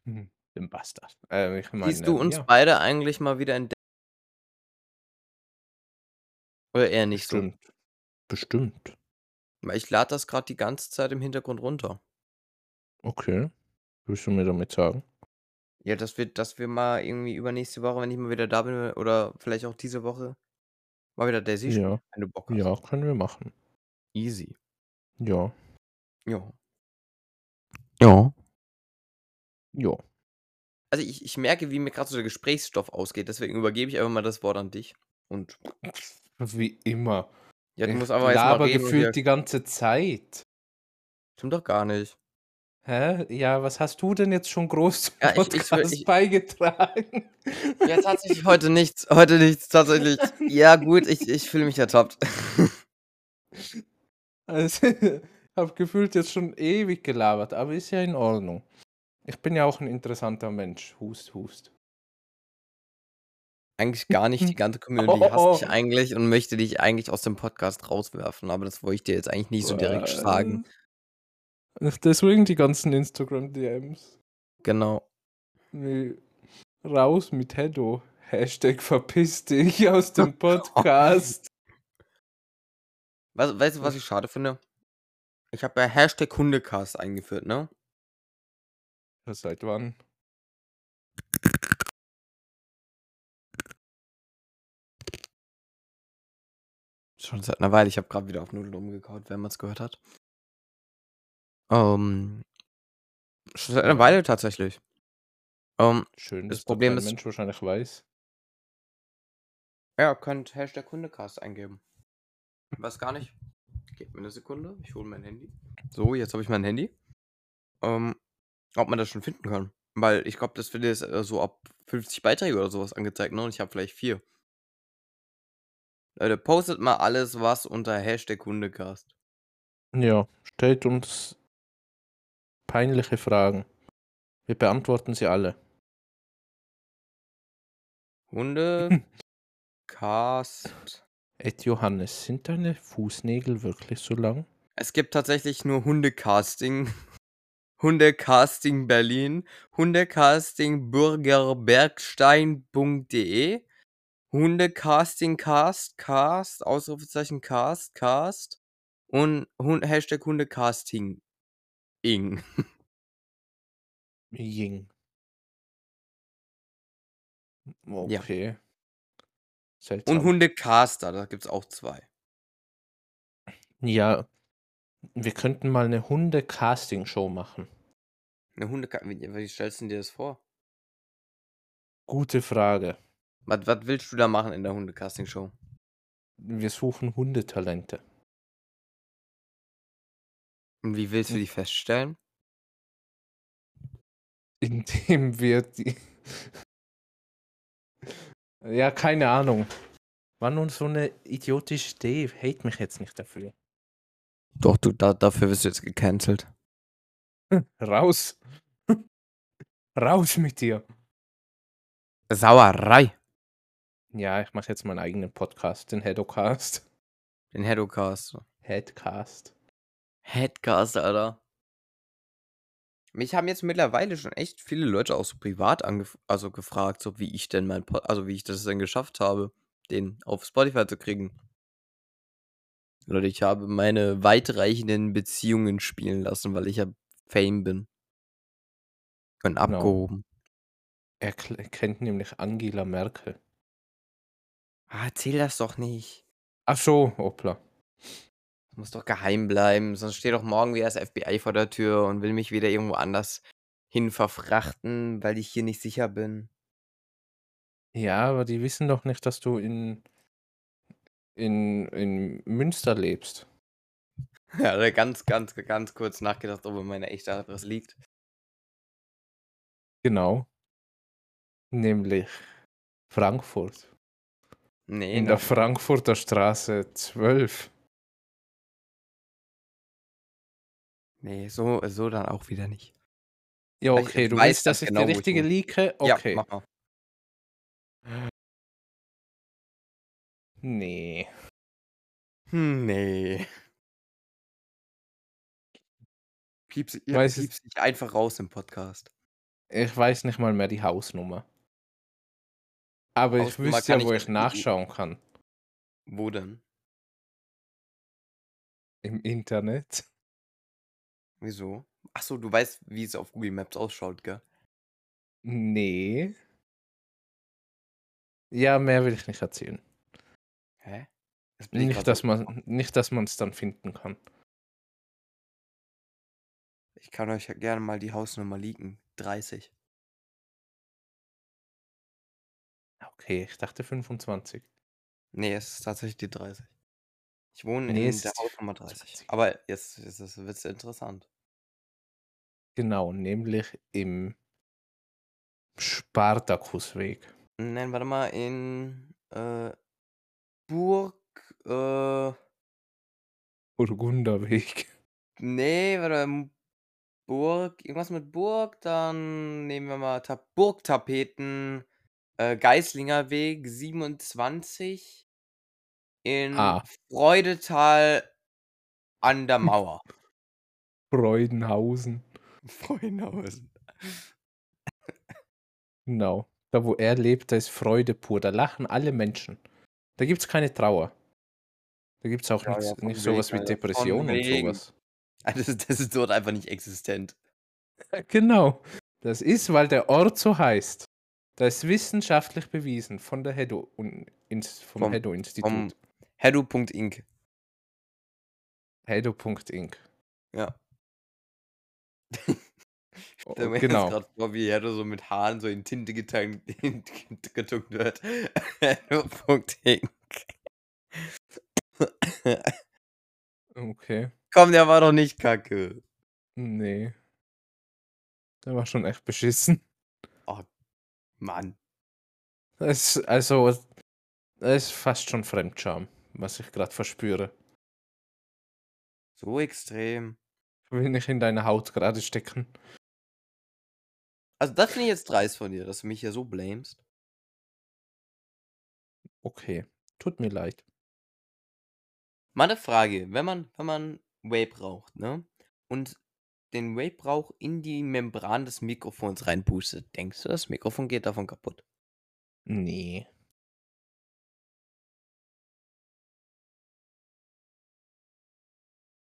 B: Hm, Dem Bastard. Äh, ich meine,
A: Siehst du uns
B: ja,
A: beide eigentlich mal wieder in. Oder eher nicht so.
B: Bestimmt. Bestimmt.
A: Weil ich lade das gerade die ganze Zeit im Hintergrund runter.
B: Okay. Willst du mir damit sagen?
A: Ja, dass wir, dass wir mal irgendwie übernächste Woche, wenn ich mal wieder da bin, oder vielleicht auch diese Woche, mal wieder Daisy spielen,
B: Ja,
A: wenn du Bock hast.
B: ja, können wir machen.
A: Easy.
B: Ja,
A: Ja. Ja.
B: ja.
A: Also ich, ich merke, wie mir gerade so der Gesprächsstoff ausgeht, deswegen übergebe ich einfach mal das Wort an dich. Und
B: Wie immer.
A: ja, du
B: Ich
A: musst aber jetzt mal
B: laber
A: reden. und
B: gefühlt
A: hier-
B: die ganze Zeit.
A: Stimmt doch gar nicht.
B: Hä? Ja, was hast du denn jetzt schon groß zum
A: Ja, ich- ich-
B: Podcast
A: ich-
B: beigetragen?
A: Ja, tatsächlich heute nichts. Heute nichts, tatsächlich. Ja, gut, ich, ich fühle mich ertappt.
B: Also, habe gefühlt jetzt schon ewig gelabert, aber ist ja in Ordnung. Ich bin ja auch ein interessanter Mensch. Hust, hust.
A: Eigentlich gar nicht. Die ganze Community hasst
B: Oh.
A: dich eigentlich und möchte dich eigentlich aus dem Podcast rauswerfen. Aber das wollte ich dir jetzt eigentlich nicht so direkt sagen.
B: Äh, Deswegen die ganzen Instagram-DMs.
A: Genau.
B: Nee. Raus mit Hedo. Hashtag verpiss dich aus dem Podcast.
A: Weißt, weißt du, was ich schade finde? Ich habe ja Hashtag Hundecast eingeführt, ne?
B: Seit wann?
A: Schon seit einer Weile. Ich habe gerade wieder auf Nudeln umgekaut, wenn man es gehört hat. Ähm, schon seit einer Weile tatsächlich. Ähm,
B: Schön,
A: Das
B: dass
A: Problem
B: kein
A: ist-
B: Mensch wahrscheinlich weiß.
A: ja, könnt Hashtag Hundecast eingeben. Weiß gar nicht. Gebt mir eine Sekunde. Ich hole mein Handy. So, jetzt habe ich mein Handy. Ähm, ob man das schon finden kann. Weil ich glaube, das wird jetzt äh, so ab 50 Beiträge oder sowas angezeigt, ne? Und ich habe vielleicht vier. Leute, postet mal alles, was unter Hashtag Hundecast.
B: Ja, stellt uns peinliche Fragen. Wir beantworten sie alle.
A: Hundecast.
B: Ed Johannes, sind deine Fußnägel wirklich so lang?
A: Es gibt tatsächlich nur Hundecasting. Hundecasting Berlin, Hundecasting bürgerbergstein.de, Hundecasting Cast, Cast, Ausrufezeichen Cast, Cast und Hun Hashtag Hundecasting. Ing.
B: Ying. Okay. Seltsam.
A: Und Hundecaster, da gibt's auch zwei.
B: ja, wir könnten mal eine Hunde-Casting-Show machen.
A: Eine Hundeca wie, wie stellst du dir das vor?
B: Gute Frage.
A: Was, was willst du da machen in der Hundecasting-Show?
B: Wir suchen Hundetalente.
A: Und wie willst du die feststellen?
B: Indem wir die. ja, keine Ahnung. War nun so eine idiotische Idee. Hate mich jetzt nicht dafür.
A: Doch, du, da, dafür wirst du jetzt gecancelt.
B: Raus! Raus mit dir!
A: Sauerei.
B: Ja, ich mache jetzt meinen eigenen Podcast, den Headocast.
A: Den Headocast.
B: Headcast.
A: Headcast, Alter. Mich haben jetzt mittlerweile schon echt viele Leute auch so privat angef also gefragt, so wie ich denn mein Pod also wie ich das denn geschafft habe, den auf Spotify zu kriegen. Leute, ich habe meine weitreichenden Beziehungen spielen lassen, weil ich ja Fame bin. Und abgehoben.
B: Er kl- er kennt nämlich Angela Merkel.
A: Ah, erzähl das doch nicht.
B: Ach so, hoppla.
A: Das muss doch geheim bleiben, sonst steht doch morgen wieder das FBI vor der Tür und will mich wieder irgendwo anders hin verfrachten, weil ich hier nicht sicher bin.
B: Ja, aber die wissen doch nicht, dass du in, in, in Münster lebst.
A: Ja, da ganz, ganz, ganz kurz nachgedacht, ob mir meine echte Adresse liegt.
B: Genau. Nämlich Frankfurt.
A: Nee, ne?
B: In der Frankfurter Straße 12.
A: nee so, so dann auch wieder nicht.
B: Ja,
A: Ich-
B: okay,
A: ich
B: du
A: weiß
B: weißt, dass
A: ganz
B: ich
A: genau, wo
B: die
A: ich
B: richtige
A: wohne.
B: liege? Okay.
A: Ja, mach mal.
B: nee.
A: Hm, nee. Pieps, ja,
B: Weiß es-
A: pieps dich einfach raus im Podcast.
B: Ich weiß nicht mal mehr die Hausnummer. Aber ich
A: Hausnummer
B: wüsste
A: kann
B: ja,
A: ich
B: wo
A: nicht
B: ich
A: gucken.
B: nachschauen kann.
A: Wo denn?
B: Im Internet.
A: Wieso? Achso, du weißt, wie es auf Google Maps ausschaut, gell?
B: Nee. Ja, mehr will ich nicht erzählen.
A: Hä? Das bin ich
B: Nicht
A: grad so
B: dass, man, nicht, dass man es dann finden kann.
A: Ich kann euch ja gerne mal die Hausnummer leaken. 30.
B: Okay, ich dachte 25.
A: Nee, es ist tatsächlich die 30. Ich wohne
B: Nee,
A: in
B: es
A: der
B: ist die
A: Hausnummer 30.
B: 25.
A: Aber jetzt, jetzt wird es interessant.
B: Genau, nämlich im Spartakusweg.
A: Nein, warte mal, in äh, Burg. Äh,
B: Burgunderweg.
A: nee, warte mal, M- Burg. Irgendwas mit Burg. Dann nehmen wir mal Ta Burgtapeten. Äh, Geislinger Weg 27. In
B: Ah.
A: Freudetal an der Mauer.
B: Freudenhausen.
A: Freudenhausen.
B: Genau. Da, wo er lebt, da ist Freude pur. Da lachen alle Menschen. Da gibt es keine Trauer. Da gibt es auch
A: Ja, ja,
B: nichts,
A: von
B: nicht sowas
A: wegen,
B: wie
A: Alter, von
B: Depression und
A: wegen.
B: sowas.
A: Also das, das ist dort einfach nicht existent.
B: Genau. Das ist, weil der Ort so heißt. Das ist wissenschaftlich bewiesen von der Hedo un- ins,
A: Vom-
B: vom,
A: vom-
B: Hedo-Institut.
A: Hedo.inc.
B: Hedo.inc.
A: Ja.
B: Oh,
A: Da mir
B: genau.
A: jetzt gerade vor, wie Hedo so mit Haaren so in Tinte getan- getunkt wird. Hedo.inc.
B: Okay.
A: Komm, der war doch nicht kacke.
B: Nee. Der war schon echt beschissen.
A: Mann.
B: Das ist, also, das ist fast schon Fremdscham, was ich gerade verspüre.
A: So extrem.
B: Ich will nicht in deine Haut gerade stecken.
A: Also das finde ich jetzt dreist von dir, dass du mich hier so blamest.
B: Okay. Tut mir leid.
A: Mal eine Frage, wenn man, wenn man Vape raucht, ne? Und den Vape-Rauch in die Membran des Mikrofons reinpustet, denkst du, das Mikrofon geht davon kaputt?
B: Nee.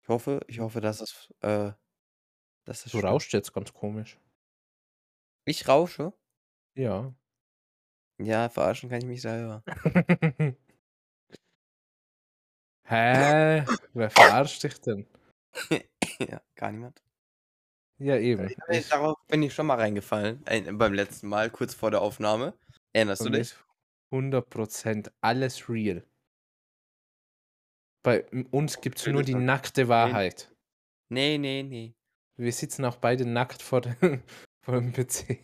A: Ich hoffe, ich hoffe, dass es, äh, dass es
B: Du
A: stimmt.
B: rauscht jetzt ganz komisch.
A: Ich rausche.
B: Ja.
A: Ja, verarschen kann ich mich selber.
B: Hä? Wer verarscht dich denn?
A: ja, gar niemand.
B: Ja, eben.
A: Äh, Darauf bin ich schon mal reingefallen. Äh, beim letzten Mal, kurz vor der Aufnahme. Erinnerst du
B: Und
A: dich?
B: ist 100% alles real. Bei m- uns gibt es
A: Schöne
B: nur die
A: Sache.
B: nackte Wahrheit.
A: Nee, nee, nee.
B: Wir sitzen auch beide nackt vor dem, vor dem PC.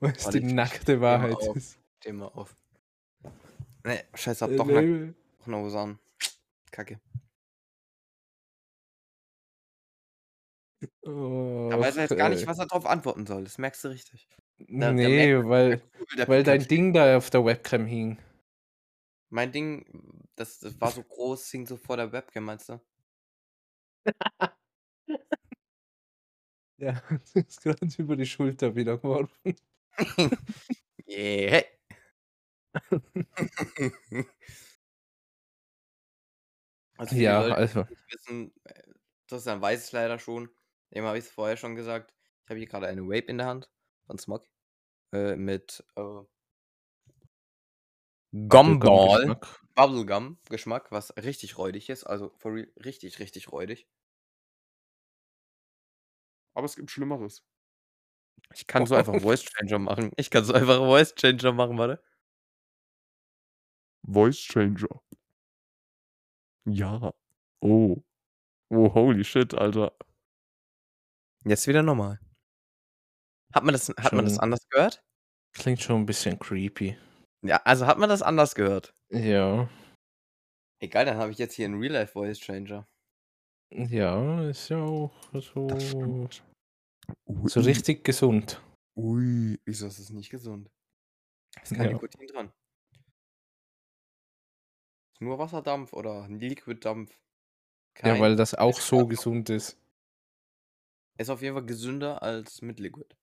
B: Weil es
A: Warte,
B: die
A: ich- ich
B: nackte Wahrheit
A: auf.
B: ist.
A: Steh mal auf. Nee, scheiße, hab
B: Äh,
A: doch eine
B: nee.
A: doch eine Hose an. Kacke. Da weiß er
B: Och,
A: jetzt gar nicht,
B: ey.
A: was er drauf antworten soll. Das merkst du richtig. da
B: nee,
A: merkt
B: weil,
A: Cool, der
B: weil dein
A: Pikachu.
B: Ding da auf der Webcam hing.
A: Mein Ding, das, das war so groß, hing so vor der Webcam, meinst du?
B: Ja, das ist gerade über die Schulter wieder geworfen.
A: Yeah. also viele
B: Ja,
A: Leute,
B: also.
A: die nicht wissen, äh, Christian weiß es leider schon. Dem habe ich es vorher schon gesagt. Ich habe hier gerade eine Vape in der Hand von Smog. Äh, mit äh, Gumball.
B: Geschmack.
A: Bubblegum-Geschmack, was richtig räudig ist. Also for real, richtig, richtig räudig. Aber es gibt Schlimmeres. Ich kann so einfach Voice Changer machen. Ich kann so einfach Voice Changer machen, warte.
D: Voice Changer. Ja. Oh. Oh, holy shit, Alter.
A: Jetzt wieder normal. Hat man das, hat man das
B: Schon-
A: anders gehört?
B: Klingt schon ein bisschen creepy.
A: Ja, also hat man das anders gehört.
B: Ja.
A: Egal, dann habe ich jetzt hier einen Real Life Voice Changer.
B: Ja, ist ja auch so,
E: Ui,
B: so richtig gesund.
E: Ui.
A: Wieso ist das nicht gesund? Ist kein
B: Ja.
A: Nikotin dran. Ist nur Wasserdampf oder Liquiddampf.
B: Ja,
A: Kein-
B: weil das auch
A: ist
B: so
A: auch-
B: gesund ist.
A: Ist auf jeden Fall gesünder als mit Liquid.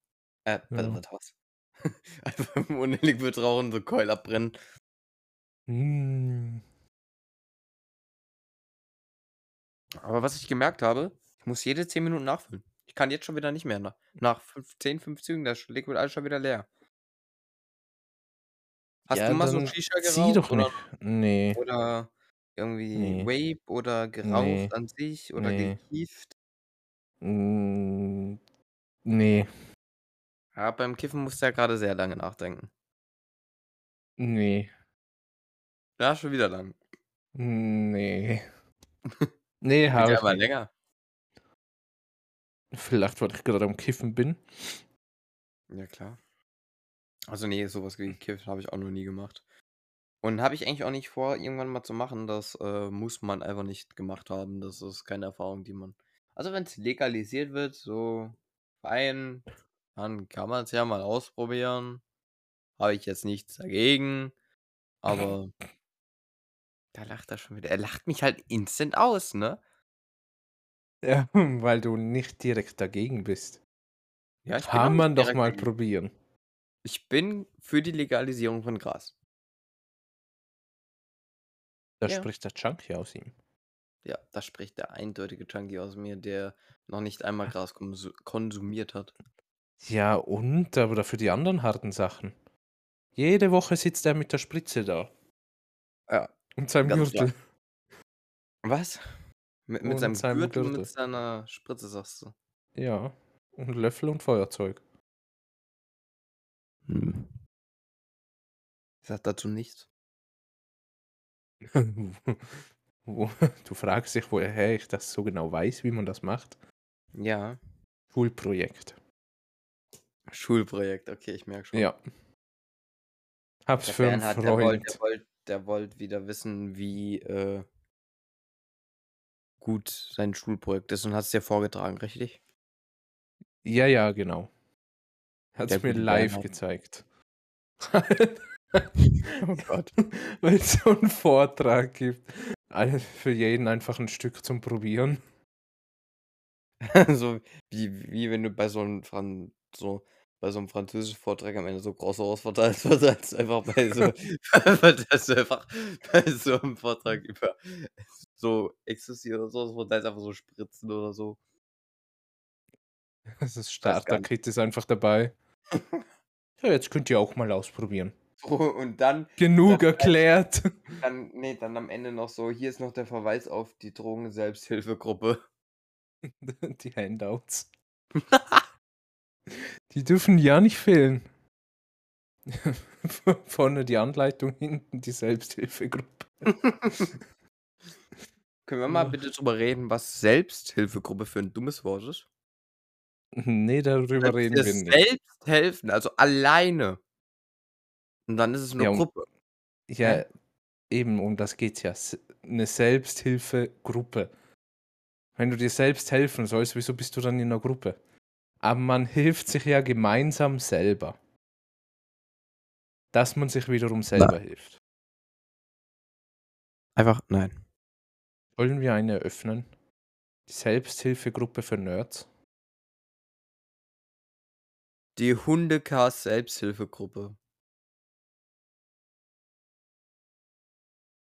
A: Äh,
B: Ja.
A: was, was? Einfach ohne Liquid rauchen, so Keul abbrennen.
B: Mm.
A: Aber was ich gemerkt habe, ich muss jede 10 Minuten nachfüllen. Ich kann jetzt schon wieder nicht mehr. Nach, nach 5, 10, 5 Zügen, da ist Liquid alles schon wieder leer. Hast
B: Ja,
A: du mal so
B: dann
A: Shisha geraucht?
B: Zieh doch
A: oder,
B: nicht. Nee.
A: Oder irgendwie
B: Nee.
A: Vape oder geraucht
B: Nee.
A: an sich oder
B: Nee.
A: gekieft?
B: Mm. Nee.
A: Ja, beim Kiffen musst du ja gerade sehr lange nachdenken.
B: Nee.
A: Ja, schon wieder lang.
B: Nee. Nee,
A: Geht
B: habe
A: ja
B: ich
A: aber
B: nicht.
A: länger.
B: Vielleicht, weil ich gerade am Kiffen bin.
A: Ja, klar. Also, nee, sowas wie gekifft habe ich auch noch nie gemacht. Und habe ich eigentlich auch nicht vor, irgendwann mal zu machen. Das äh, muss man einfach nicht gemacht haben. Das ist keine Erfahrung, die man. Also, wenn es legalisiert wird, so fein, dann kann man es ja mal ausprobieren. Habe ich jetzt nichts dagegen. Aber da lacht er schon wieder. Er lacht mich halt instant aus, ne?
B: Ja, weil du nicht direkt dagegen bist.
A: Ja, ich bin auch
B: Kann
A: nicht
B: man doch
A: direkt
B: mal
A: dagegen.
B: probieren.
A: Ich bin für die Legalisierung von Gras.
B: Da
A: Ja.
B: spricht der Junkie aus ihm.
A: Ja, da spricht der eindeutige Junkie aus mir, der noch nicht einmal Gras konsu- konsumiert hat.
B: Ja, und? Aber dafür die anderen harten Sachen. Jede Woche sitzt er mit der Spritze da.
A: Ja.
B: Und seinem
A: Ganz klar.
B: Gürtel.
A: Was? Mit, mit
B: Und
A: seinem,
B: seinem
A: Gürtel,
B: Gürtel.
A: mit seiner Spritze, sagst du.
B: Ja. Und Löffel und Feuerzeug. Hm.
A: Ich sag dazu nichts.
B: Wo- du fragst dich, woher ich das so genau weiß, wie man das macht.
A: Ja.
B: Schulprojekt.
A: Schulprojekt, okay, ich merke schon.
B: Ja. Hab's
A: Der
B: für einen
A: Bernhard, der wollte der
B: Freund.
A: wollt, der wollt wieder wissen, wie äh, gut sein Schulprojekt ist und hat es dir vorgetragen, richtig?
B: Ja, ja, genau. Hat's
A: Der
B: mir
A: gute
B: live
A: Bernhard.
B: gezeigt. oh Gott. Weil es so einen Vortrag gibt. Alle- Für jeden einfach ein Stück zum Probieren.
A: so wie, wie wenn du bei so einem Fran so bei so einem französischen Vortrag am Ende so große ausverteilst, was als einfach bei so verteilst du einfach bei so einem Vortrag über so Ecstasy oder so, verteilst einfach so Spritzen oder so.
B: Das ist
A: gar nicht.
B: Starter-Kit ist einfach dabei. Ja, jetzt könnt ihr auch mal ausprobieren.
A: So, Oh, Und dann,
B: Genug
A: Das-
B: erklärt.
A: dann, nee, dann am Ende noch so, hier ist noch der Verweis auf die Drogen-Selbsthilfegruppe.
B: Die Handouts. die dürfen ja nicht fehlen. Vorne die Anleitung, hinten die Selbsthilfegruppe.
A: Können wir mal
B: Ach.
A: bitte drüber reden, was Selbsthilfegruppe für ein dummes Wort ist?
B: Nee, darüber reden wir
A: Selbst-
B: nicht.
A: Selbst helfen, also alleine. Und dann ist es eine
B: Ja, und-
A: Gruppe.
B: Ja, eben, um das geht's ja. S- Eine Selbsthilfegruppe. Wenn du dir selbst helfen sollst, wieso bist du dann in einer Gruppe? Aber man hilft sich ja gemeinsam selber. Dass man sich wiederum selber hilft.
A: Einfach, nein.
B: Wollen wir eine eröffnen? Die Selbsthilfegruppe für Nerds?
A: Die Hundecast Selbsthilfegruppe.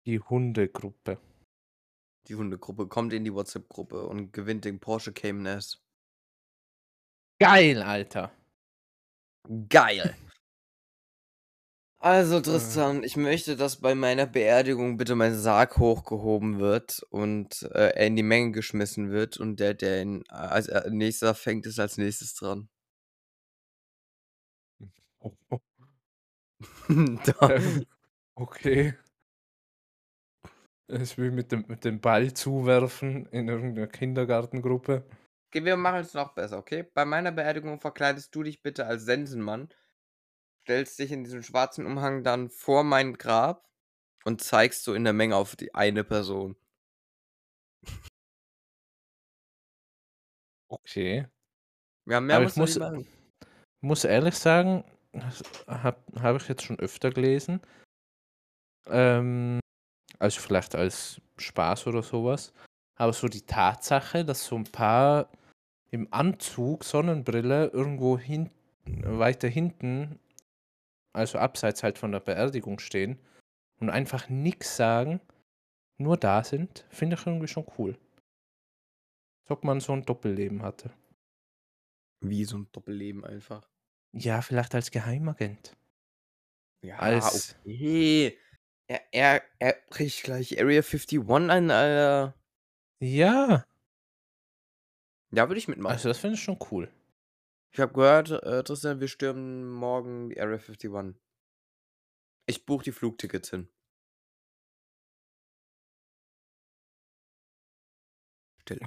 B: Die Hundegruppe.
A: Die Hundegruppe kommt in die WhatsApp-Gruppe und gewinnt den Porsche Cayman S.
B: Geil, Alter.
A: Geil. Also Tristan, ich möchte, dass bei meiner Beerdigung bitte mein Sarg hochgehoben wird und äh, er in die Menge geschmissen wird und der, der ihn als äh, nächster fängt, ist als nächstes dran.
B: Oh,
A: da, Ähm,
B: Ähm, okay. Es will mit dem, mit dem Ball zuwerfen in irgendeiner Kindergartengruppe.
A: Okay, wir machen es noch besser, okay? Bei meiner Beerdigung verkleidest du dich bitte als Sensenmann, stellst dich in diesem schwarzen Umhang dann vor mein Grab und zeigst so in der Menge auf die eine Person.
B: Okay.
A: Ja, mehr
B: Aber
A: musst
B: ich
A: du nicht
B: muss-
A: machen.
B: muss ehrlich sagen, habe hab ich jetzt schon öfter gelesen. Ähm, also vielleicht als Spaß oder sowas. Aber so die Tatsache, dass so ein paar im Anzug, Sonnenbrille, irgendwo hin, weiter hinten, also abseits halt von der Beerdigung stehen und einfach nichts sagen, nur da sind, finde ich irgendwie schon cool. Als ob man so ein Doppelleben hatte.
A: Wie so ein Doppelleben einfach.
B: Ja, vielleicht als Geheimagent.
A: Ja,
B: Als-
A: okay. Er, er, er bricht gleich Area 51 an, Alter.
B: Ja,
A: Ja, würde ich mitmachen.
B: also das finde ich schon cool.
A: Ich habe gehört, äh, Tristan, wir stürmen morgen die Area 51. Ich buche die Flugtickets hin. Still.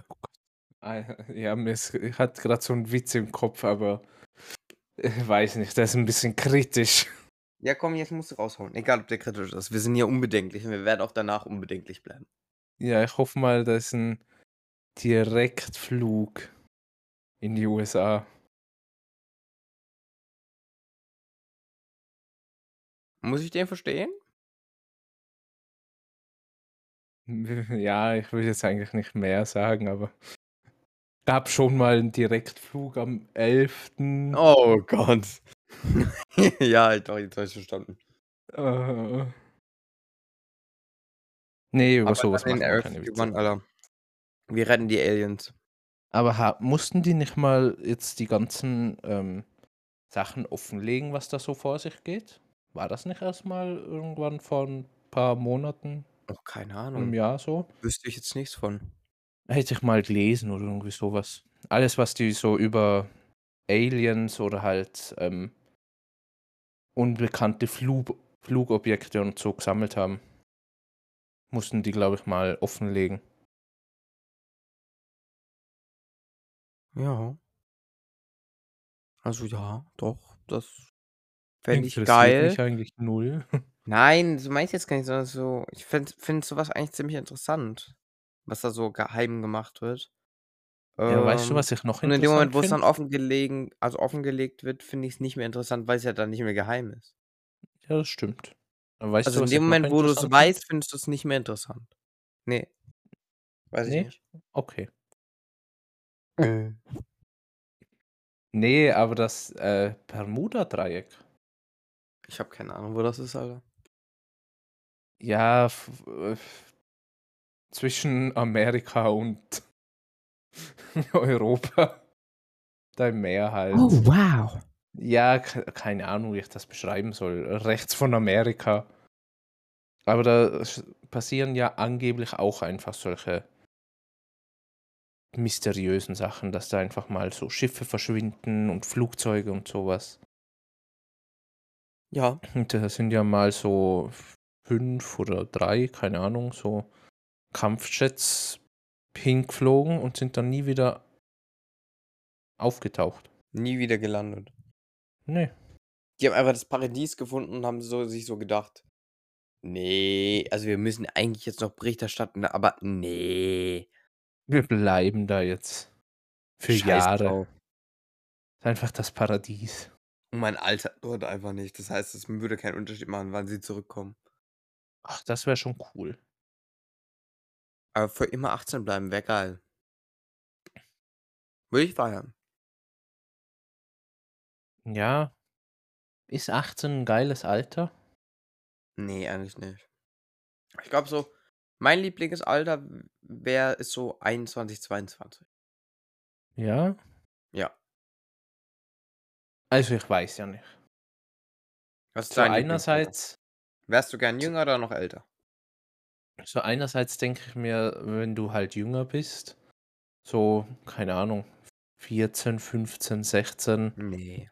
B: Ah, Ja, mir ist, ich hatte gerade so einen Witz im Kopf, aber ich weiß nicht, das ist ein bisschen kritisch.
A: Ja, komm, jetzt musst du raushauen. Egal, ob der kritisch ist. Wir sind hier unbedenklich und wir werden auch danach unbedenklich bleiben.
B: Ja, ich hoffe mal, das ist ein Direktflug in die USA.
A: Muss ich den verstehen?
B: Ja, ich will jetzt eigentlich nicht mehr sagen, aber gab schon mal einen Direktflug am 11.
E: Oh Gott.
A: ja, ich doch, jetzt habe ich verstanden.
B: Äh, nee, über sowas
A: dann
B: macht
A: in
B: man
A: Area
B: keine
A: 51,
B: Witze.
A: Alter. Wir retten die Aliens.
B: Aber ha, mussten die nicht mal jetzt die ganzen ähm, Sachen offenlegen, was da so vor sich geht? War das nicht erstmal irgendwann vor ein paar Monaten,
A: Oh, keine
B: einem
A: Ahnung.
B: Jahr so?
A: Wüsste ich jetzt nichts von.
B: Hätte ich mal gelesen oder irgendwie sowas. Alles, was die so über Aliens oder halt ähm, unbekannte Flug Flugobjekte und so gesammelt haben, mussten die, glaube ich, mal offenlegen.
A: Ja. Also ja, doch, das fände ich
B: Interessiert
A: geil.
B: mich halt. eigentlich null.
A: Nein, so meine ich jetzt gar nicht, sondern so, ich finde find sowas eigentlich ziemlich interessant, was da so geheim gemacht wird.
B: Ja, weißt du,
A: Ähm,
B: was ich noch
A: Und in dem Moment, wo es
B: interessant
A: dann
B: find?
A: offengelegen, also offengelegt wird, finde ich es nicht mehr interessant, weil es ja dann nicht mehr geheim ist.
B: Ja, das stimmt. Aber Weißt
A: Also
B: du,
A: in
B: was
A: dem
B: ich noch
A: Moment, wo du es
B: interessant
A: weißt, findest du es nicht mehr interessant. Nee. Weiß
B: Nee.
A: ich nicht.
B: find? Okay. Nee, aber das äh, Bermuda-Dreieck.
A: Ich habe keine Ahnung, wo das ist, Alter.
B: Ja, f- äh, zwischen Amerika und Europa. Da im Meer halt.
A: Oh. wow.
B: Ja, ke- keine Ahnung, wie ich das beschreiben soll. Rechts von Amerika. Aber da sch- passieren ja angeblich auch einfach solche mysteriösen Sachen, dass da einfach mal so Schiffe verschwinden und Flugzeuge und sowas.
A: Ja.
B: Und da sind ja mal so fünf oder drei, keine Ahnung, so Kampfjets hingeflogen und sind dann nie wieder aufgetaucht.
A: Nie wieder gelandet.
B: Nee.
A: Die haben einfach das Paradies gefunden und haben so, sich so gedacht. Nee, also wir müssen eigentlich jetzt noch Bericht erstatten, ne, aber nee.
B: Wir bleiben da jetzt. Für
A: scheiß
B: Jahre.
A: drauf.
B: Ist Einfach das Paradies.
A: Und mein Alter dort einfach nicht. Das heißt, es würde keinen Unterschied machen, wann sie zurückkommen.
B: Ach, das wäre schon cool.
A: Aber für immer 18 bleiben wäre geil. Würde ich feiern.
B: Ja. Ist 18 ein geiles Alter?
A: Nee, eigentlich nicht. Ich glaube so, mein Lieblingsalter wäre ist so 21, 22.
B: Ja.
A: Ja.
B: Also ich weiß ja nicht.
A: Was ist
B: So
A: dein Lieblingsalter?
B: einerseits,
A: Wärst du gern jünger oder noch älter?
B: so einerseits denke ich mir, wenn du halt jünger bist, so, keine Ahnung, 14, 15, 16,
A: Nee.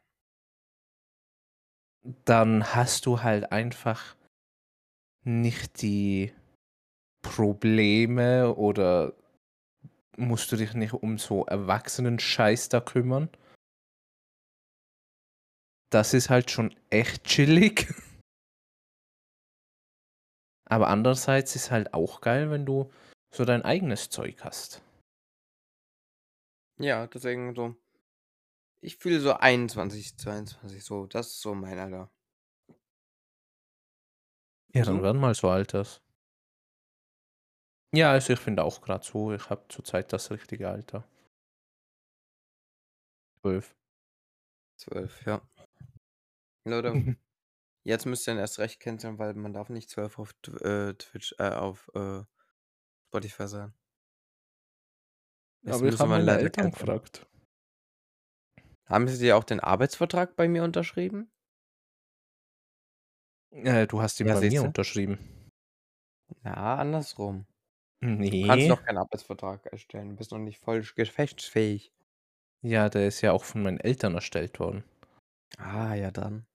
B: dann hast du halt einfach nicht die Probleme oder musst du dich nicht um so erwachsenen Scheiß da kümmern? Das ist halt schon echt chillig. Aber andererseits ist halt auch geil, wenn du so dein eigenes Zeug hast.
A: Ja, deswegen so. Ich fühle so 21, 22, so. Das ist so mein Alter.
B: Ja, dann
A: So.
B: werden mal so alters. Ja, also ich finde auch gerade so, ich habe zurzeit das richtige Alter. Zwölf.
A: 12, ja. Leute, jetzt müsst ihr ihn erst recht canceln, weil man darf nicht 12 auf Tw- äh, Twitch, äh, auf äh, Spotify sein. Das
B: Aber ich
A: müssen
B: habe
A: wir
B: meine
A: leider
B: Eltern
A: canceln.
B: gefragt.
A: Haben sie auch den Arbeitsvertrag bei mir unterschrieben?
B: Äh, du hast ihn
A: Ja,
B: bei mir
A: siehste.
B: unterschrieben.
A: Ja, andersrum. Du kannst
B: Nee.
A: Hm, noch keinen Arbeitsvertrag erstellen. Du bist noch nicht voll gefechtsfähig.
B: Ja, der ist ja auch von meinen Eltern erstellt worden.
A: Ah, ja, dann.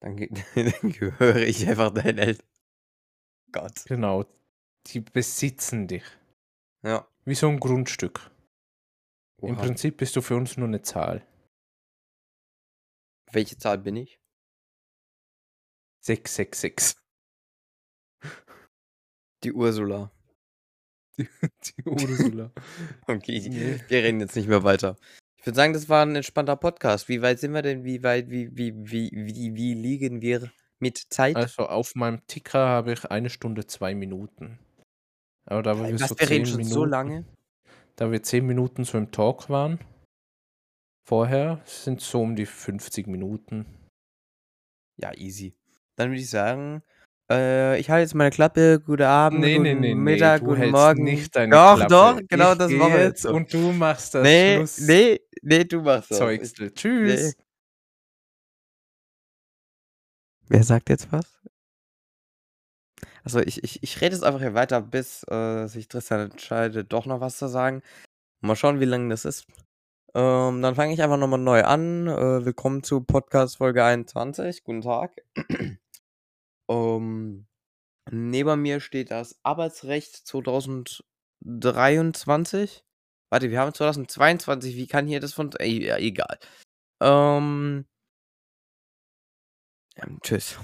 A: Dann, ge dann gehöre ich einfach deinen Eltern. Gott.
B: Genau. Die besitzen dich.
A: Ja.
B: Wie so ein Grundstück. Im
A: Oha.
B: Prinzip bist du für uns nur eine Zahl.
A: Welche Zahl bin ich?
B: 666.
A: Die Ursula.
B: Die Ursula.
A: Okay,
B: Nee.
A: wir reden jetzt nicht mehr weiter. Ich würde sagen, das war ein entspannter Podcast. Wie weit sind wir denn? Wie weit, wie, wie, wie, wie, wie liegen wir mit Zeit?
B: Also auf meinem Ticker habe ich eine Stunde zwei Minuten. Aber da wir,
A: Was,
B: so
A: wir reden
B: 10
A: schon
B: Minuten,
A: so lange.
B: Da wir zehn Minuten so im Talk waren, vorher sind so um die 50 Minuten.
A: Ja, easy. Dann würde ich sagen, äh, ich halte jetzt meine Klappe. Guten Abend, guten Mittag,
B: du
A: guten
B: hältst
A: Morgen.
B: Nicht deine
A: doch,
B: Klappe.
A: doch, genau
B: ich
A: das
B: geh
A: machen wir
B: jetzt.
A: jetzt so.
B: Und du machst das
A: Nee,
B: Schluss
A: nee, nee, du machst das. Ich-
B: Zeugsel. Tschüss.
A: Wer sagt jetzt was? Also ich, ich, ich rede jetzt einfach hier weiter, bis äh, sich Tristan entscheidet, doch noch was zu sagen. Mal schauen, wie lange das ist. Ähm, dann fange ich einfach nochmal neu an. Äh, willkommen zu Podcast Folge 21. Guten Tag. ähm, neben mir steht das Arbeitsrecht 2023. Warte, wir haben 2022. Wie kann hier das von... Um, Ey, ja, egal. Ähm, ähm, tschüss.